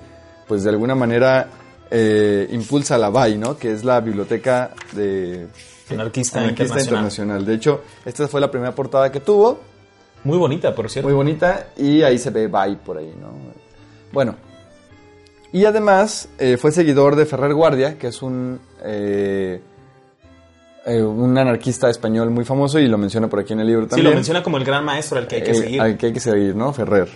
pues de alguna manera, eh, impulsa la BAI, ¿no? que es la Biblioteca de Anarquista, Anarquista Ah, Internacional. Internacional. De hecho, esta fue la primera portada que tuvo, Muy bonita, por cierto. muy bonita, y ahí se ve Bye por ahí, ¿no? Bueno. Y además eh, fue seguidor de Ferrer Guardia, que es un, eh, eh, un anarquista español muy famoso y lo menciona por aquí en el libro sí, también. lo menciona como el gran maestro al que hay que Eh, seguir. al que hay que seguir, ¿no? Ferrer.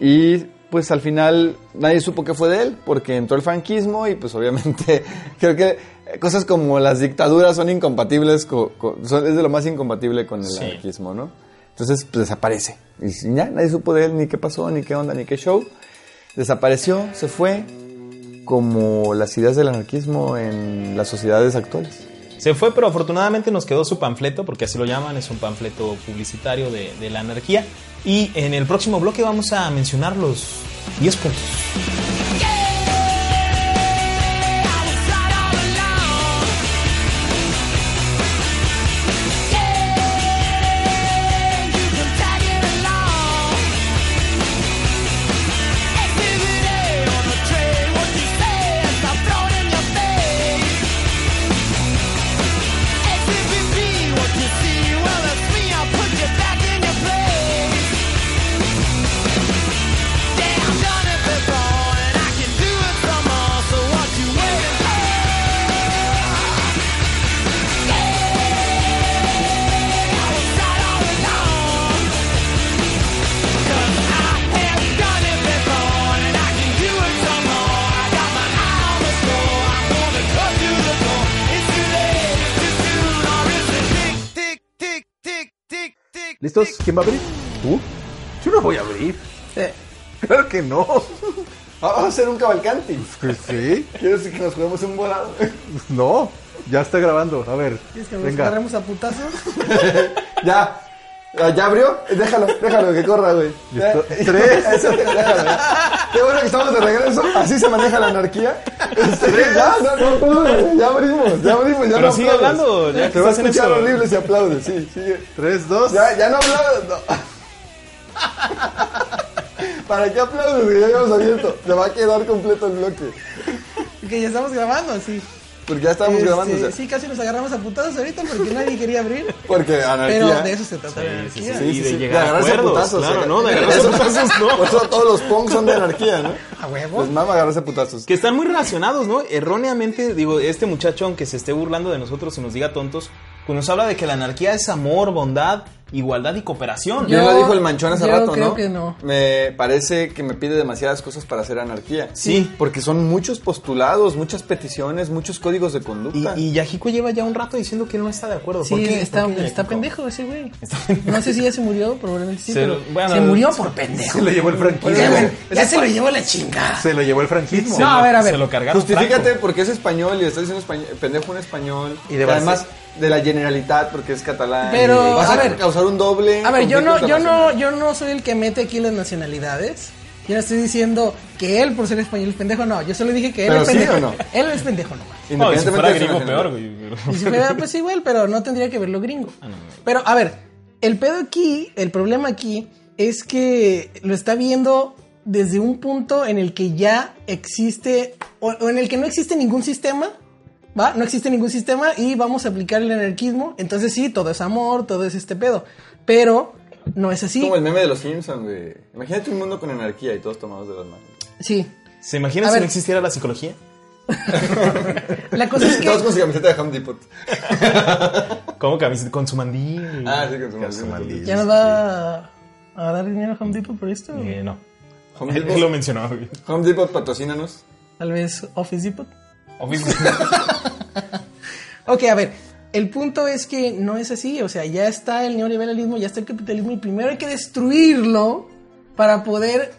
Y pues al final nadie supo qué fue de él porque entró el franquismo y pues obviamente creo que eh, cosas como las dictaduras son incompatibles, co- co- son- es de lo más incompatible con el Sí. anarquismo, ¿no? Entonces pues, desaparece. Y si ya nadie supo de él, ni qué pasó, ni qué onda, ni qué show. Desapareció, se fue como las ideas del anarquismo en las sociedades actuales. Se fue, pero afortunadamente nos quedó su panfleto, porque así lo llaman, es un panfleto publicitario de, de la anarquía. Y en el próximo bloque vamos a mencionar los 10 puntos. ¿Listos? ¿Quién va a abrir? ¿Tú? Yo no voy a abrir. Eh, Claro que no. Ah, Vamos a hacer un cabalcante. Pues sí. ¿Quieres que nos juguemos un volado? No. Ya está grabando. A ver. ¿Quieres que Este, nos Venga. agarremos a putazos? Ya. Ah, ¿Ya abrió? Déjalo, déjalo que corra, güey. Ya. Listo. Tres. Eso, déjalo. Qué bueno que estamos de regreso. Así se maneja la anarquía. Este, ya, no, no, no, güey. ya abrimos, ya abrimos, ya Pero no sigue aplaudes. hablando, ya que Te va a estás en escuchar eso. horrible si aplaudes, sí, sigue. Tres, dos. Ya, ya no aplaudes, no. ¿Para qué aplaudes? güey? Ya habíamos abierto. Se va a quedar completo el bloque. Que ya estamos grabando, sí. Porque ya estábamos Este, grabando. o sea, Sí, casi nos agarramos a putazos ahorita porque nadie quería abrir. Porque anarquía. Pero de eso se trata. la Sí, anarquía. sí, Sí, y sí, de sí. llegar a agarrarse acuerdos, putazos, claro, ¿eh? ¿no? De agarrarse Eso- a putazos, no. Por eso todos los punks son de anarquía, ¿no? A huevo. Pues mama agarrarse a putazos. Que están muy relacionados, ¿no? Erróneamente, digo, este muchacho, aunque se esté burlando de nosotros y nos diga tontos, pues nos habla de que la anarquía es amor, bondad, igualdad y cooperación. Yo- Bien lo dijo el manchón hace yo rato, creo ¿no? que no. Me parece que me pide demasiadas cosas para hacer anarquía. Sí. Porque son muchos postulados, muchas peticiones, muchos códigos de Y, conducta. y Yahiko lleva ya un rato diciendo que no está de acuerdo. Sí, ¿Por qué? está, ¿Por qué, está Yahiko? pendejo ese güey. No sé si ya se murió, probablemente sí, Se pero lo- bueno, se murió por pendejo. Se lo llevó el Ya, franquismo. güey, ya se lo llevó la chingada. Se lo llevó el franquismo. Se No, a lo- ver, a ver. Se lo cargaron. Justifícate Franco. porque es español y le estás diciendo español, pendejo un español. Y Y de además de la generalidad porque es catalán. Pero, Y vas a, a ver. causar un doble. A ver, yo no, conflicto yo no, internacional. yo no soy el que mete aquí las nacionalidades. Yo no estoy diciendo que él por ser español es pendejo, no. Yo solo dije que él Pero es sí pendejo. o no. Él es pendejo nomás. No, y si fuera de su gringo, nacionalidad. peor, güey. Y si fuera, pues igual, pero no tendría que verlo gringo. Pero a ver, el pedo aquí, el problema aquí, es que lo está viendo desde un punto en el que ya existe, o, o en el que no existe ningún sistema, ¿va? No existe ningún sistema y vamos a aplicar el anarquismo. Entonces sí, todo es amor, todo es este pedo. Pero no es así. Como el meme de los Simpsons, güey. Imagínate un mundo con anarquía y todos tomados de las manos. Sí. ¿Se imaginan A si ver. no existiera la psicología? La cosa es que... Todos con su camiseta de Home Depot. ¿Cómo que con su mandil? Ah, sí, con su camiseta. ¿Ya nos va a- a dar dinero Home Depot por esto? Eh, no. Home Él lo Depot, mencionó, güey. Home Depot patrocínanos. Tal vez Office Depot. Obvio. Ok, a ver. El punto es que no es así. O sea, ya está el neoliberalismo, ya está el capitalismo y primero hay que destruirlo para poder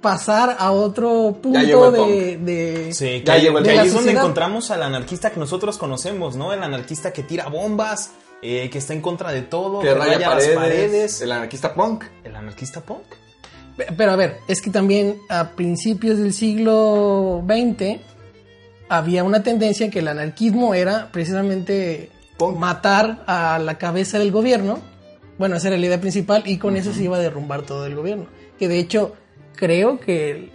pasar a otro llegó punto el de, de- Sí, que Ya ahí, llegó el que ahí de la es donde sociedad. encontramos al anarquista que nosotros conocemos, ¿no? El anarquista que tira bombas, eh, que está en contra de todo, Que raya paredes, Oh, las paredes. El anarquista punk. El anarquista punk. Pero a ver, es que también a principios del siglo XX había una tendencia en que el anarquismo era precisamente Punk. matar a la cabeza del gobierno. Bueno, esa era la idea principal y con eso se iba a derrumbar todo el gobierno. Que de hecho creo que el,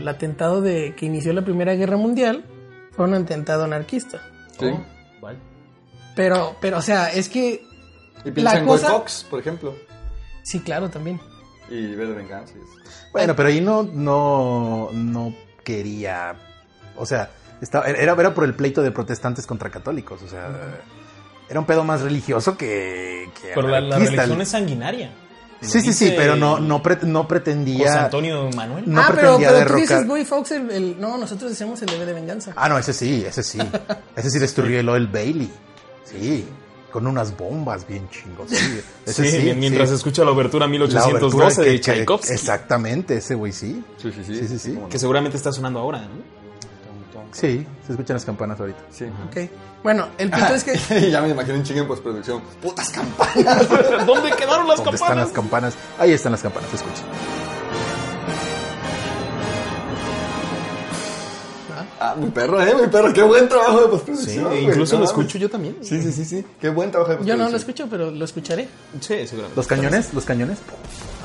el atentado de que inició la Primera Guerra Mundial fue un atentado anarquista. Sí. Vale. Pero, pero, o sea, es que. Y piensa La en cosa- Goy Fox, por ejemplo. Sí, claro, también. Y ver de venganza. y eso. Bueno, pero ahí no, no, no quería. O sea, estaba, era, era por el pleito de protestantes contra católicos. O sea, era un pedo más religioso que. que Pero la, la anarquista. religión es sanguinaria. Lo Sí, sí, sí, dice pero no, no, pre- no José pretendía. Antonio Manuel. No ah, pero, pretendía pero tú derrocar- dices Boy Fox, el, el- No, nosotros decimos el bebé de venganza. Ah, no, ese sí, ese sí. Ese sí destruyó el Oil Bailey. Sí. Con unas bombas bien chingos. Sí, ese Sí, sí, mien- mientras sí. escucha la obertura La 1812 obertura que- de que- Tchaikovsky, Exactamente, ese güey sí. Sí, sí, sí. Sí, sí, sí. cómo no. que seguramente está sonando ahora, ¿no? Sí, se escuchan las campanas ahorita. Sí. Ok. Bueno, el punto es que. ya me imagino un chingo en postproducción. ¡Putas campanas! ¿Dónde quedaron las ¿Dónde están campanas? las campanas? Ahí están las campanas, escuchen. Ah, mi perro, eh, mi perro. Qué buen trabajo de postproducción. Sí, e güey, incluso no lo mames. escucho yo también. Sí, sí, sí, sí. Qué buen trabajo de Yo postproducción. no lo escucho, pero lo escucharé. Sí, seguramente. Los cañones, los cañones, pum,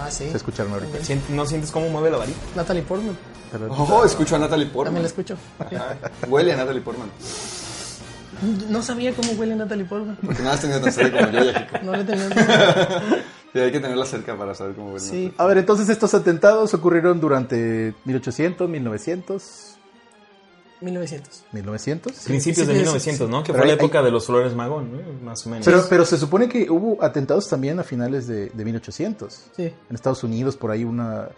Ah, sí. se escucharon ahorita. Sien- ¿No sientes cómo mueve la varita? Natalie Portman. Oh, escucho a Natalie También Portman. la escucho. Ah, Huele a Natalie Portman. No sabía cómo huele Natalie Portman. Porque no has tenido tan cerca como yo, Yajico. No le tenía. Sí, hay que tenerla cerca para saber cómo huele. Sí. A ver, entonces estos atentados ocurrieron durante 1800, 1900, 1900. 1900. Principios de sí, sí, 1900, ¿no? Que Pero fue la hay- época de los flores magón, ¿no? más o menos. Pero, pero se supone que hubo atentados también a finales de, de 1800. Sí. En Estados Unidos, por ahí una...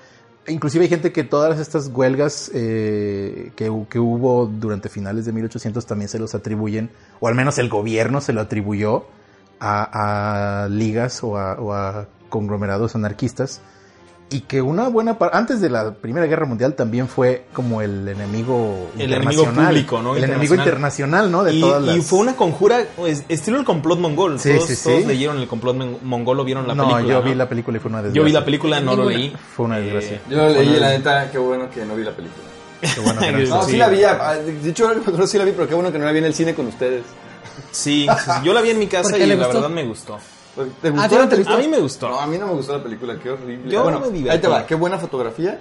Inclusive hay gente que todas estas huelgas eh, que, hu- que hubo durante finales de 1800 también se los atribuyen, o al menos el gobierno se lo atribuyó a, a ligas o a, o a conglomerados anarquistas. Y que una buena parte, antes de la Primera Guerra Mundial también fue como el enemigo El enemigo internacional. público, ¿no? El enemigo internacional, ¿no? De y, todas y las- fue una conjura, pues, estilo el complot mongol. Sí, todos, sí, sí. todos leyeron el complot men- mongol o vieron la no, película. yo vi la película y fue una desgracia. Yo vi la película, Eh, no lo Ninguna. leí. Fue una desgracia. Yo lo leí, y la neta, qué bueno que no vi la película. Qué bueno que no- No, sí, Sí. la vi. ah, De hecho, no sí la vi, pero qué bueno que no la vi en el cine con ustedes. Sí, sí, sí, yo la vi en mi casa ¿Por y qué le la gustó? Ah, verdad me gustó. ¿Te ¿A ti no la te película? A mí me gustó. No, a mí no me gustó la película, qué horrible. Yo bueno, me divertí. ahí te va, qué buena fotografía.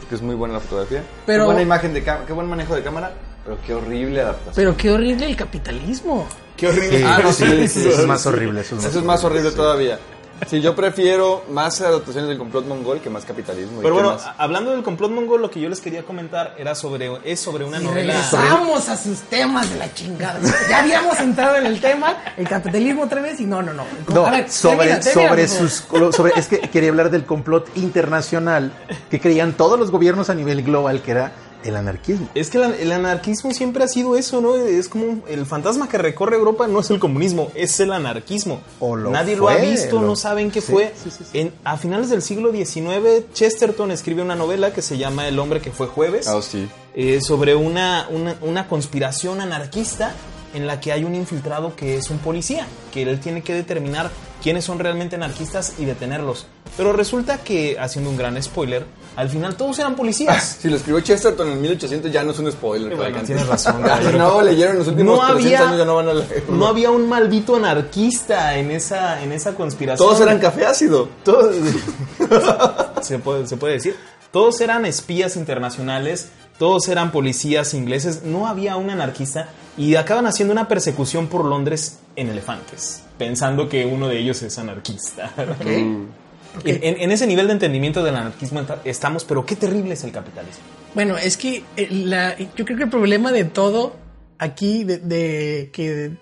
Porque es muy buena la fotografía. Pero- qué buena imagen de cámara, qué buen manejo de cámara, pero qué horrible adaptación. Pero qué horrible el capitalismo. Qué horrible. Sí, Ah, no, Eh, sí, sí, sí, sí, eso es sí, más sí. horrible. Eso es más Eso es más horrible todavía. Sí, yo prefiero más adaptaciones del complot mongol que más capitalismo. y Pero que bueno, más- a- hablando del complot mongol, lo que yo les quería comentar era sobre, es sobre una Y novela. regresamos a sus temas de la chingada. Ya habíamos entrado en el tema, el capitalismo otra vez, y no, no, no. No, A ver, sobre, termina, termina, sobre por favor. sus. lo- Sobre, es que quería hablar del complot internacional que creían todos los gobiernos a nivel global, que era el anarquismo. Es que la- el anarquismo siempre ha sido eso, ¿no? Es como un- el fantasma que recorre Europa no es el comunismo, es el anarquismo. O lo Nadie lo fue, ha visto, lo- no saben qué sí, fue. sí, sí, sí. En, a finales del siglo XIX, Chesterton escribe una novela que se llama El hombre que fue jueves, Ah, sí. eh, sobre una, una, una conspiración anarquista en la que hay un infiltrado que es un policía, que él tiene que determinar quiénes son realmente anarquistas y detenerlos. Pero resulta que, haciendo un gran spoiler, al final todos eran policías. Si lo escribió Chesterton en 1800 ya no es un spoiler. Bueno, cabrón. tienes razón, Ya, caballero. no leyeron los últimos No 300 había- años ya no van a leer. No había un maldito anarquista en esa, en esa conspiración. Todos eran café ácido. Todos- se, puede, se puede decir. Todos eran espías internacionales, todos eran policías ingleses, no había un anarquista y acaban haciendo una persecución por Londres en elefantes, pensando que uno de ellos es anarquista. En, en- en ese nivel de entendimiento del anarquismo enta- estamos, pero qué terrible es el capitalismo. Bueno, es que eh, la- yo creo que el problema de todo aquí, de, de que,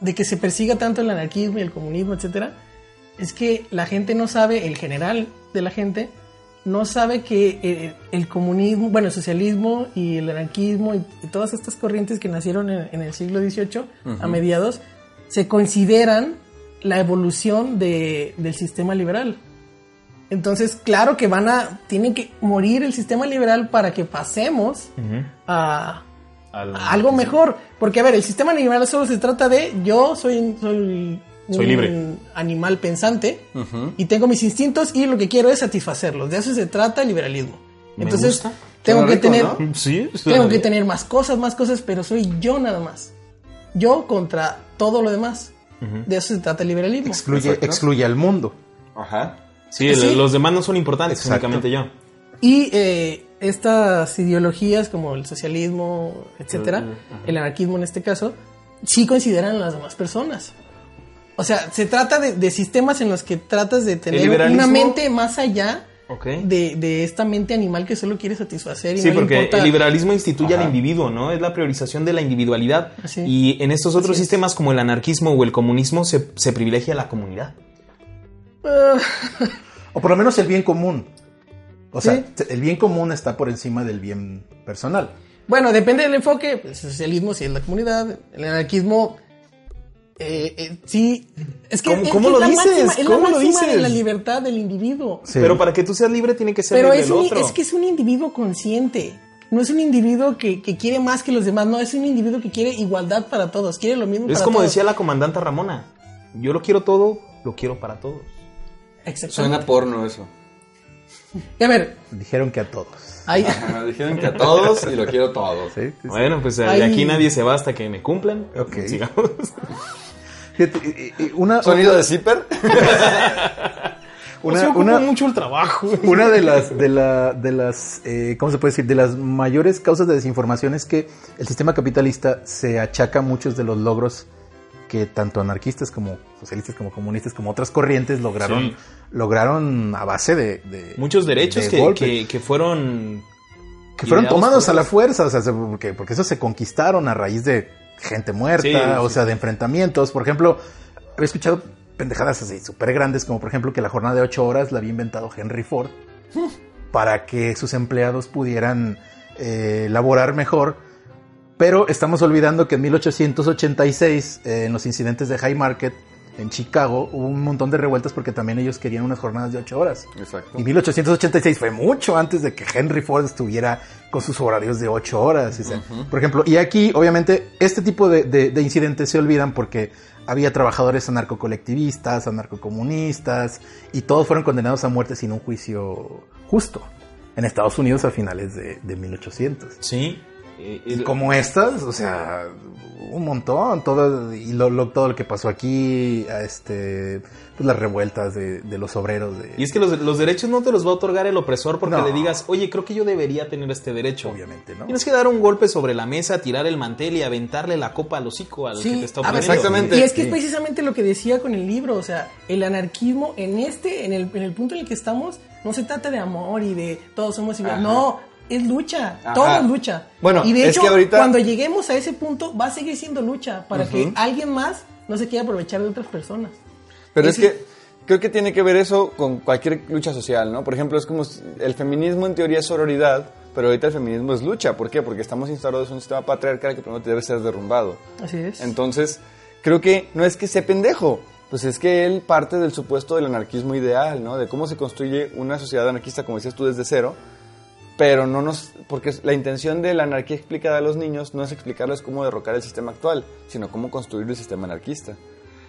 de que se persiga tanto el anarquismo y el comunismo, etcétera, es que la gente no sabe, el general de la gente, no sabe que eh, el comunismo, bueno, el socialismo y el anarquismo y, y todas estas corrientes que nacieron en, en el siglo XVIII, a mediados, se consideran la evolución de- del sistema liberal. Entonces, claro que van a, tienen que morir el sistema liberal para que pasemos a, Al- a algo mejor. Porque, a ver, el sistema liberal solo se trata de yo soy, un- soy, un Soy libre. animal pensante y tengo mis instintos y lo que quiero es satisfacerlos. De eso se trata el liberalismo. Me Entonces, gusta. tengo Suena que rico, tener, ¿no? Sí, tengo que tener más cosas, más cosas, pero soy yo nada más. Yo contra todo lo demás. De eso se trata el liberalismo. Excluye, excluye al mundo. Ajá. Eh, Sí, Sí. los demás no son importantes, Exacto. únicamente yo. Y eh, estas ideologías como el socialismo, etcétera, el anarquismo en este caso, sí consideran a las demás personas. O sea, se trata de, de sistemas en los que tratas de tener liberalismo- una mente más allá Ok. de, de esta mente animal que solo quiere satisfacer y Sí, no le porque importa. el liberalismo instituye al Ajá. individuo, ¿no? Es la priorización de la individualidad. Así es. Y en estos otros Así es. sistemas como el anarquismo o el comunismo se, se privilegia la comunidad. Ah, O por lo menos el bien común. O sea, Sí. el bien común está por encima del bien personal. bueno, depende del enfoque. pues, El socialismo sí es la comunidad. El anarquismo. eh, eh, sí. Es que. ¿Cómo- es que cómo es lo la dices? máxima- es la ¿Cómo lo máxima de dices? la libertad del individuo. Sí. Pero para que tú seas libre tiene que ser Pero libre es, el un- otro. es que es un individuo consciente. No es un individuo que, que quiere más que los demás. No, es un individuo que quiere igualdad para todos. Quiere lo mismo Es para como todos. decía la comandante Ramona, yo lo quiero todo, lo quiero para todos. Exactamente. Suena porno eso. Y a ver, Dijeron que a todos. hay, Ajá, dijeron que a todos y lo quiero todo. Sí, sí, sí. Bueno, pues Ahí- de aquí nadie se va hasta que me cumplan. Ok. Sigamos. Fíjate, eh, eh, Una, ¿Sonido de zipper? una- Se ocupa una- mucho el trabajo. Una de las, de la- de las eh, ¿cómo se puede decir? De las mayores causas de desinformación es que el sistema capitalista se achaca muchos de los logros que tanto anarquistas como socialistas, como comunistas, como otras corrientes lograron, Sí. lograron a base de, de- Muchos derechos de que, golpe. que- que fueron... que fueron ideados tomados por a la ellos. fuerza, o sea, se- porque, porque eso se conquistaron a raíz de gente muerta, Sí, o sí, sea, de enfrentamientos. Por ejemplo, había escuchado pendejadas así súper grandes, como por ejemplo que la jornada de ocho horas la había inventado Henry Ford para que sus empleados pudieran eh, laborar mejor. Pero estamos olvidando que en 1886, eh, en los incidentes de High Market, en Chicago, hubo un montón de revueltas porque también ellos querían unas jornadas de ocho horas. Exacto. Y 1886 fue mucho antes de que Henry Ford estuviera con sus horarios de 8 horas. o sea, Por ejemplo, y aquí, obviamente, este tipo de, de- de incidentes se olvidan porque había trabajadores anarcocolectivistas, anarcocomunistas, y todos fueron condenados a muerte sin un juicio justo en Estados Unidos a finales de, de 1800. Sí. Eh, Y el- como estas, o sea, un montón, todo, y lo, lo- todo lo que pasó aquí, a este, pues las revueltas de, de los obreros. De, Y es que los, los derechos no te los va a otorgar el opresor porque No. le digas, oye, creo que yo debería tener este derecho. obviamente, ¿no? Tienes que dar un golpe sobre la mesa, tirar el mantel y aventarle la copa al hocico al que sí, te está a ver, oprimiendo. ah, exactamente. Y es que es Sí. precisamente lo que decía con el libro, o sea, el anarquismo en este, en el, en el punto en el que estamos, no se trata de amor y de todos somos iguales, Ajá. no, es lucha, Ajá. todo es lucha. Bueno, y de es hecho, que ahorita- cuando lleguemos a ese punto, va a seguir siendo lucha para que alguien más no se quiera aprovechar de otras personas. Pero Y es sí. que creo que tiene que ver eso con cualquier lucha social, ¿no? Por ejemplo, es como si- el feminismo en teoría es sororidad, pero ahorita el feminismo es lucha. ¿Por qué? Porque estamos instaurados en un sistema patriarcal que primero debe ser derrumbado. Así es. Entonces, creo que no es que sea pendejo, pues es que él parte del supuesto del anarquismo ideal, ¿no? De cómo se construye una sociedad anarquista, como decías tú, desde cero. Pero no nos. Porque la intención de la anarquía explicada a los niños no es explicarles cómo derrocar el sistema actual, sino cómo construir el sistema anarquista.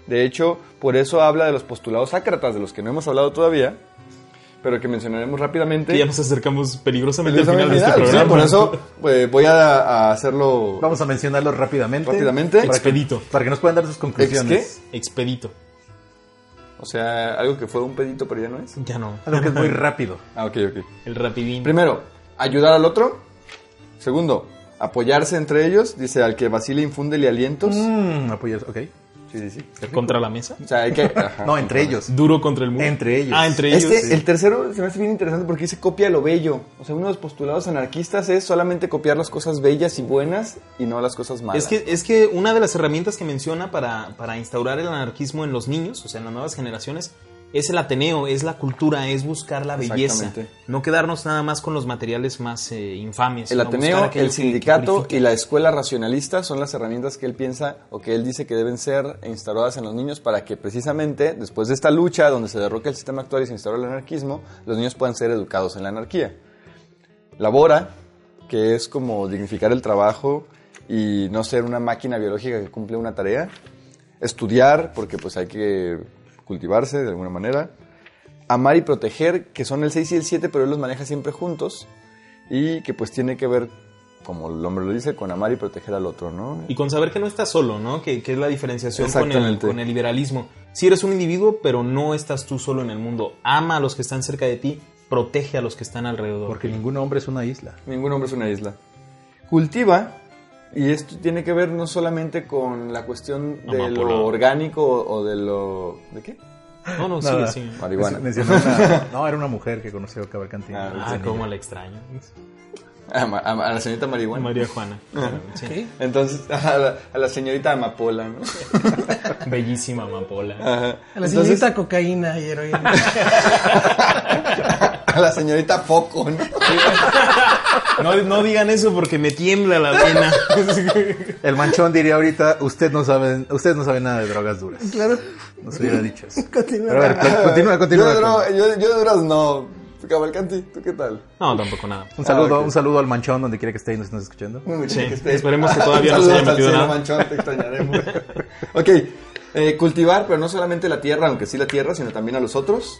De hecho, por eso habla de los postulados ácratas, de los que no hemos hablado todavía, pero que mencionaremos rápidamente. Que ya nos acercamos peligrosamente al Esa final de este habilidad, sí, programa. por eso pues, voy a, a hacerlo. Vamos a mencionarlos rápidamente. Rápidamente. Para Expedito. Que, para que nos puedan dar sus conclusiones. Expedito. O sea, algo que fue un pedito, pero ya no es. Ya no. Algo que es muy rápido. Ah, ok, ok. El rapidín. Primero, ayudar al otro. Segundo, apoyarse entre ellos. Dice, al que vacile, infúndele alientos. Mm, apoyar, ok. Sí, sí, sí. Contra la mesa. O sea, hay que... ajá. No, entre ellos. Duro contra el muro. Entre ellos. Ah, entre ellos. Este, sí. el tercero se me hace bien interesante porque dice copia lo bello. O sea, uno de los postulados anarquistas es solamente copiar las cosas bellas y buenas y no las cosas malas. Es que, es que una de las herramientas que menciona para, para instaurar el anarquismo en los niños, o sea, en las nuevas generaciones, es el ateneo, es la cultura, es buscar la belleza. Exactamente. No quedarnos nada más con los materiales más eh, infames. el sino buscar Ateneo, aquello el que- que sindicato purifica. y la escuela racionalista son las herramientas que él piensa o que él dice que deben ser instauradas en los niños para que precisamente después de esta lucha donde se derroca el sistema actual y se instaura el anarquismo, los niños puedan ser educados en la anarquía. Labora, que es como dignificar el trabajo y no ser una máquina biológica que cumple una tarea. Estudiar, porque pues hay que cultivarse de alguna manera. Amar y proteger, que son el 6 y el 7, pero él los maneja siempre juntos y que pues tiene que ver, como el hombre lo dice, con amar y proteger al otro, ¿no? Y con saber que no estás solo, ¿no? Que, que es la diferenciación con el, Exactamente. con el liberalismo. Si eres un individuo, pero no estás tú solo en el mundo. Ama a los que están cerca de ti, protege a los que están alrededor. Porque ningún hombre es una isla. Ningún hombre es una isla. Cultiva, Y esto tiene que ver no solamente con la cuestión de Amapola. lo orgánico o o de lo... ¿De qué? No, no, Nada. sí, sí. Marihuana. Mencionó una- no, era una mujer que conoció a Cavalcanti. Ah, Ah, Tenía- cómo la extraño. A, ma- a ma- a la señorita marihuana. María Juana. Ah. Sí. Ok. Entonces, a la, a la señorita amapola, ¿no? Bellísima amapola. Ah. Ajá. A la Entonces, señorita cocaína y heroína. a la señorita foco, ¿no? No, no digan eso porque me tiembla la vena. El manchón diría ahorita, usted no sabe, usted no sabe nada de drogas duras. Claro. Nos hubiera dicho eso. Continúa. Pero a ver, con- continúa, continúa. Yo, de dro- yo, yo de duras no. Cavalcanti, ¿tú qué tal? No, tampoco nada. Un saludo, Ah, ok. un saludo al manchón donde quiera que esté y nos estén escuchando. Muy bien, Sí, que esté. esperemos que todavía no se Saludos haya al metido cielo, nada. Manchón, te extrañaremos. ok, eh, cultivar, pero no solamente la tierra, aunque sí la tierra, sino también a los otros.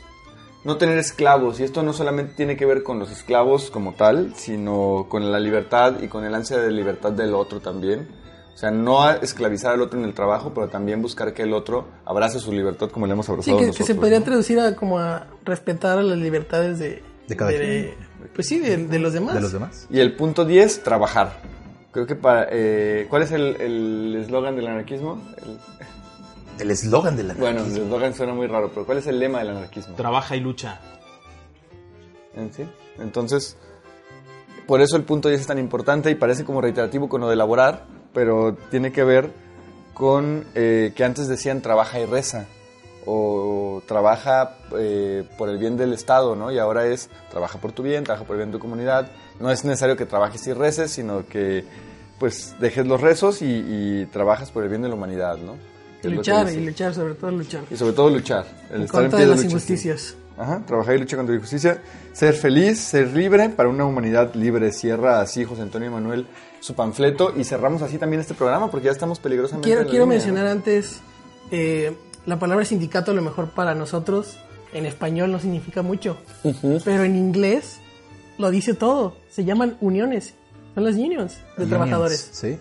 No tener esclavos, y esto no solamente tiene que ver con los esclavos como tal, sino con la libertad y con el ansia de libertad del otro también. O sea, no a- esclavizar al otro en el trabajo, pero también buscar que el otro abrace su libertad como le hemos Sí, abrazado que, que nosotros. se podría ¿no? traducir a como a respetar las libertades de... De cada Pues sí, de, de los demás. De los demás. Y el punto 10, trabajar. Creo que para... eh, ¿Cuál es el- el eslogan del anarquismo? El- El eslogan de la Bueno, el eslogan suena muy raro, pero ¿cuál es el lema del anarquismo? Trabaja y lucha. en sí. Entonces, por eso el punto 10 es tan importante y parece como reiterativo con lo de elaborar, pero tiene que ver con eh, que antes decían trabaja y reza, o trabaja eh, por el bien del Estado, ¿no? Y ahora es trabaja por tu bien, trabaja por el bien de tu comunidad. No es necesario que trabajes y reces, sino que pues dejes los rezos y, y trabajas por el bien de la humanidad, ¿no? Es Y lo que luchar, dice. y luchar, sobre todo luchar. Y sobre todo luchar. El En estar en contra pie de de las lucha, sí. injusticias. Ajá, trabajar y luchar contra la injusticia, ser feliz, ser libre, para una humanidad libre. Cierra así José Antonio Manuel su panfleto y cerramos así también este programa porque ya estamos peligrosamente. en Quiero, la quiero línea, mencionar antes, eh, la palabra sindicato a lo mejor para nosotros en español no significa mucho, pero en inglés lo dice todo, se llaman uniones, son las unions de trabajadores. Sí.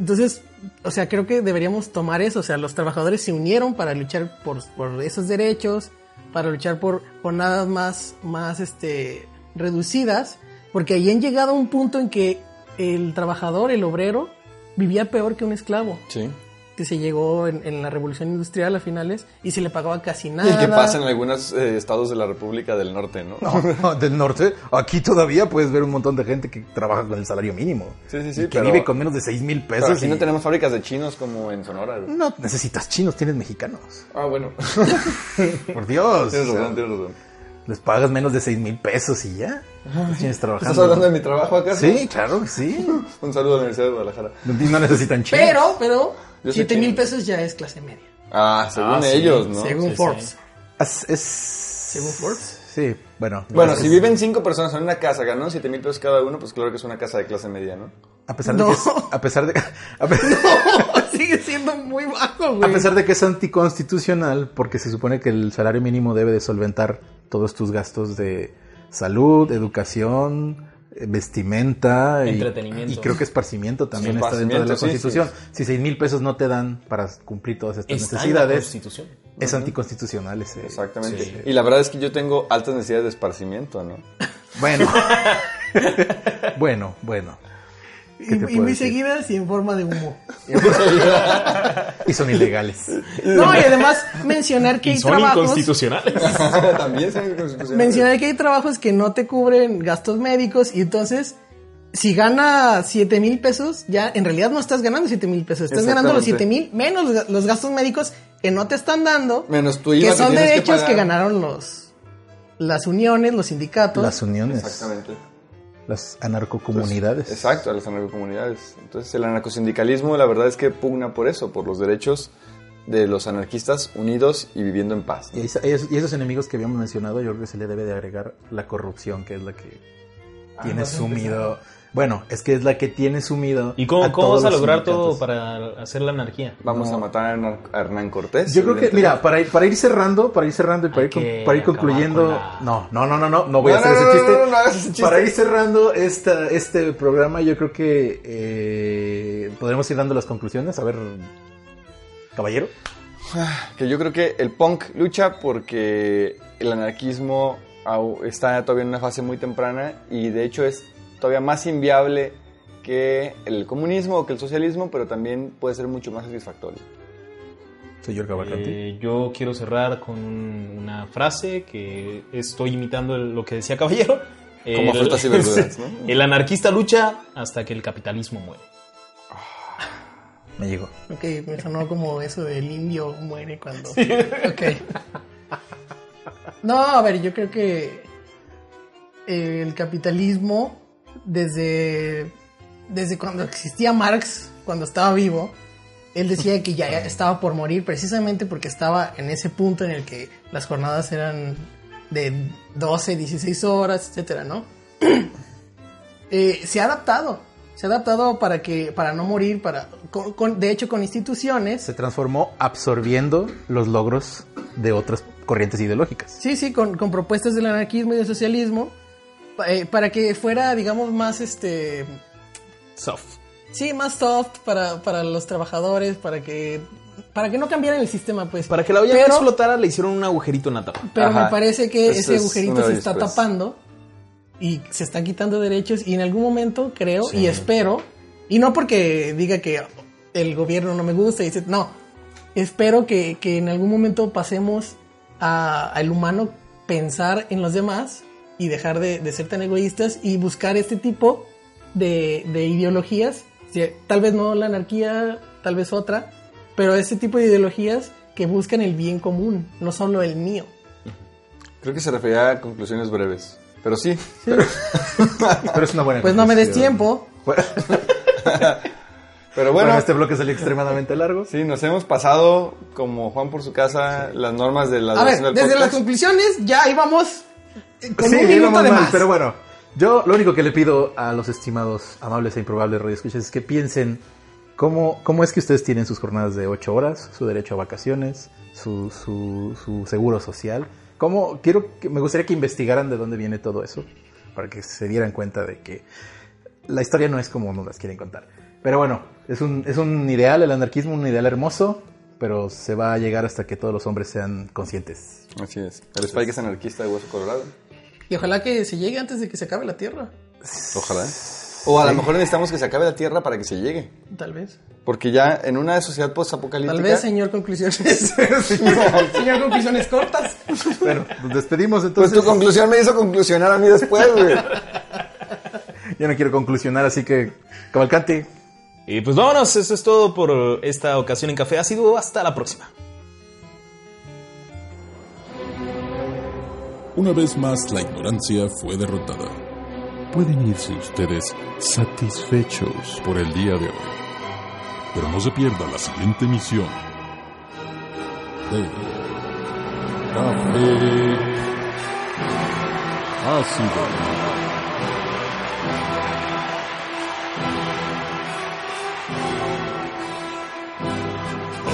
Entonces, o sea, creo que deberíamos tomar eso, o sea, los trabajadores se unieron para luchar por, por esos derechos, para luchar por jornadas más, más este, reducidas, porque ahí han llegado a un punto en que el trabajador, el obrero, vivía peor que un esclavo ¿no? Sí. que se llegó en, en la revolución industrial a finales y se le pagaba casi Y nada. el que pasa en algunos eh, estados de la República del Norte, ¿no? No, del norte. Aquí todavía puedes ver un montón de gente que trabaja con el salario mínimo. Sí, sí, sí, Y que pero- vive con menos de 6 mil Pero pesos. aquí y- no tenemos fábricas de chinos como en Sonora. güey. No necesitas chinos, tienes mexicanos. Ah, bueno. Por Dios. tienes o sea, razón, tienes razón. les pagas menos de 6 mil pesos y ya. Los Tienes ¿Estás trabajando. hablando de mi trabajo acá? Sí, claro que sí. Un saludo a la Universidad de Guadalajara. Y no necesitan chinos. Pero, pero, Yo soy 7 mil chino. pesos ya es clase media, Ah, según Ah, sí, ellos, ¿no? según Sí, Forbes. sí. Es, es- ¿Según Forbes? Sí, bueno. Bueno, es- si viven cinco personas en una casa, ganan siete mil pesos cada uno, pues claro que es una casa de clase media, ¿no? A pesar de No. que es, a pesar de a pe- Sigue siendo muy bajo, a güey. pesar de que es anticonstitucional porque se supone que el salario mínimo debe de solventar todos tus gastos de salud, educación, eh, vestimenta y- Entretenimiento. y, creo que esparcimiento también Sí, está dentro de la esparcimiento, sí, constitución. Si seis mil pesos no te dan para cumplir todas estas Está en la necesidades, Constitución. es anticonstitucional ese. Exactamente. sí. Y la verdad es que yo tengo altas necesidades de esparcimiento, ¿no? Bueno, bueno, bueno. Y, ¿Qué te y puedo muy decir? seguidas y en forma de humo. Y son ilegales. No, y además mencionar que Y hay son trabajos. inconstitucionales. También son Mencionar que hay trabajos que no te cubren gastos médicos y entonces. Si gana 7 mil pesos, ya en realidad no estás ganando 7 mil pesos. Estás ganando los 7 mil menos los ga- los gastos médicos que no te están dando. Menos tu IVA que son tienes derechos que, pagar. ganaron los las uniones, los sindicatos. Las uniones. Exactamente. Las anarcocomunidades. Exacto, a las anarcocomunidades. Entonces, el anarcosindicalismo, la verdad es que pugna por eso, por los derechos de los anarquistas unidos y viviendo en paz. Y, ¿no? esa- y esos, y esos enemigos que habíamos mencionado, yo creo que se le debe de agregar la corrupción, que es la que Ah, tiene sumido. Bueno, es que es la que tiene sumido. ¿Y cómo, a cómo todos vas a los lograr todo sindicatos. para hacer la anarquía? Vamos a matar a Hernan- a Hernán Cortés. Yo creo que, mira, evidentemente. para ir, para ir cerrando, para ir cerrando y para Hay ir, con- que para ir acabar concluyendo. con la- No, no, no, no, no, no voy a No, hacer no, ese no, chiste. no, no, no hagas ese chiste. Para ir cerrando esta, este programa, yo creo que eh, podremos ir dando las conclusiones. A ver, caballero. Que yo creo que el punk lucha porque el anarquismo au- está todavía en una fase muy temprana y de hecho es todavía más inviable que que el comunismo o que el socialismo, pero también puede ser mucho más satisfactorio. Soy yo el cabalcante. Eh, yo quiero cerrar con un- una frase que estoy imitando el- lo que decía Caballero. Eh, Como frutas y verduras, ¿no? El anarquista lucha hasta que el capitalismo muere. Me llegó. Ok, me sonó como eso del indio muere cuando. Ok. No, a ver, yo creo que eh, el capitalismo, desde, desde cuando existía Marx, cuando estaba vivo, él decía que ya estaba por morir precisamente porque estaba en ese punto en el que las jornadas eran de 12, 16 horas, etcétera, ¿no? eh, se ha adaptado. Se ha adaptado para que para no morir, para con- con- de hecho con instituciones. Se transformó absorbiendo los logros de otras corrientes ideológicas. Sí, sí, con, con propuestas del anarquismo y del socialismo pa- eh, para que fuera, digamos, más este Soft. sí, más soft para, para los trabajadores, para que para que no cambiaran el sistema, pues. Para que la olla Pero- no explotara le hicieron un agujerito en la tapa. Pero Ajá. me parece que Eso ese es una agujerito se vez, está pues. tapando y se están quitando derechos y en algún momento creo y espero, y no porque diga que el gobierno no me gusta, y dice, no, espero que, que en algún momento pasemos a- al humano pensar en los demás y dejar de, de ser tan egoístas y buscar este tipo de, de ideologías, si- tal vez no la anarquía, tal vez otra, pero este tipo de ideologías que buscan el bien común, no solo el mío. Creo que se refería a conclusiones breves. Pero sí, Pero es una buena Pues no me des conclusión. tiempo. pero Bueno, bueno, este bloque salió extremadamente largo. sí, nos hemos pasado como Juan por su casa las normas de la A ver, duración del desde las podcast. conclusiones ya íbamos eh, con sí, un íbamos minuto de mal, más. pero bueno. Yo lo único que le pido a los estimados, amables e improbables radioescuchas es que piensen cómo, cómo es que ustedes tienen sus jornadas de 8 horas, su derecho a vacaciones, su, su, su seguro social. Cómo, quiero, que- me gustaría que investigaran de dónde viene todo eso, para que se dieran cuenta de que la historia no es como nos las quieren contar. Pero bueno, es un, es un ideal, el anarquismo, un ideal hermoso, pero se va a llegar hasta que todos los hombres sean conscientes. Así es. El Spike es anarquista de Hueso Colorado. Y ojalá que se llegue antes de que se acabe la tierra, Ojalá. O a lo mejor necesitamos que se acabe la tierra para que se llegue. tal vez. Porque ya en una sociedad pues Tal postapocalíptica. vez, señor conclusiones. señor conclusiones cortas. Bueno, nos despedimos Pues entonces. tu conclusión me hizo conclusionar a mí después, güey. Yo no quiero conclusionar, así que Cavalcante, Y pues vámonos, eso es todo por esta ocasión en Café Ácido. Hasta la próxima. Una vez más, la ignorancia fue derrotada. Pueden irse ustedes satisfechos por el día de hoy. Pero no se pierda la siguiente emisión de Café Ácido.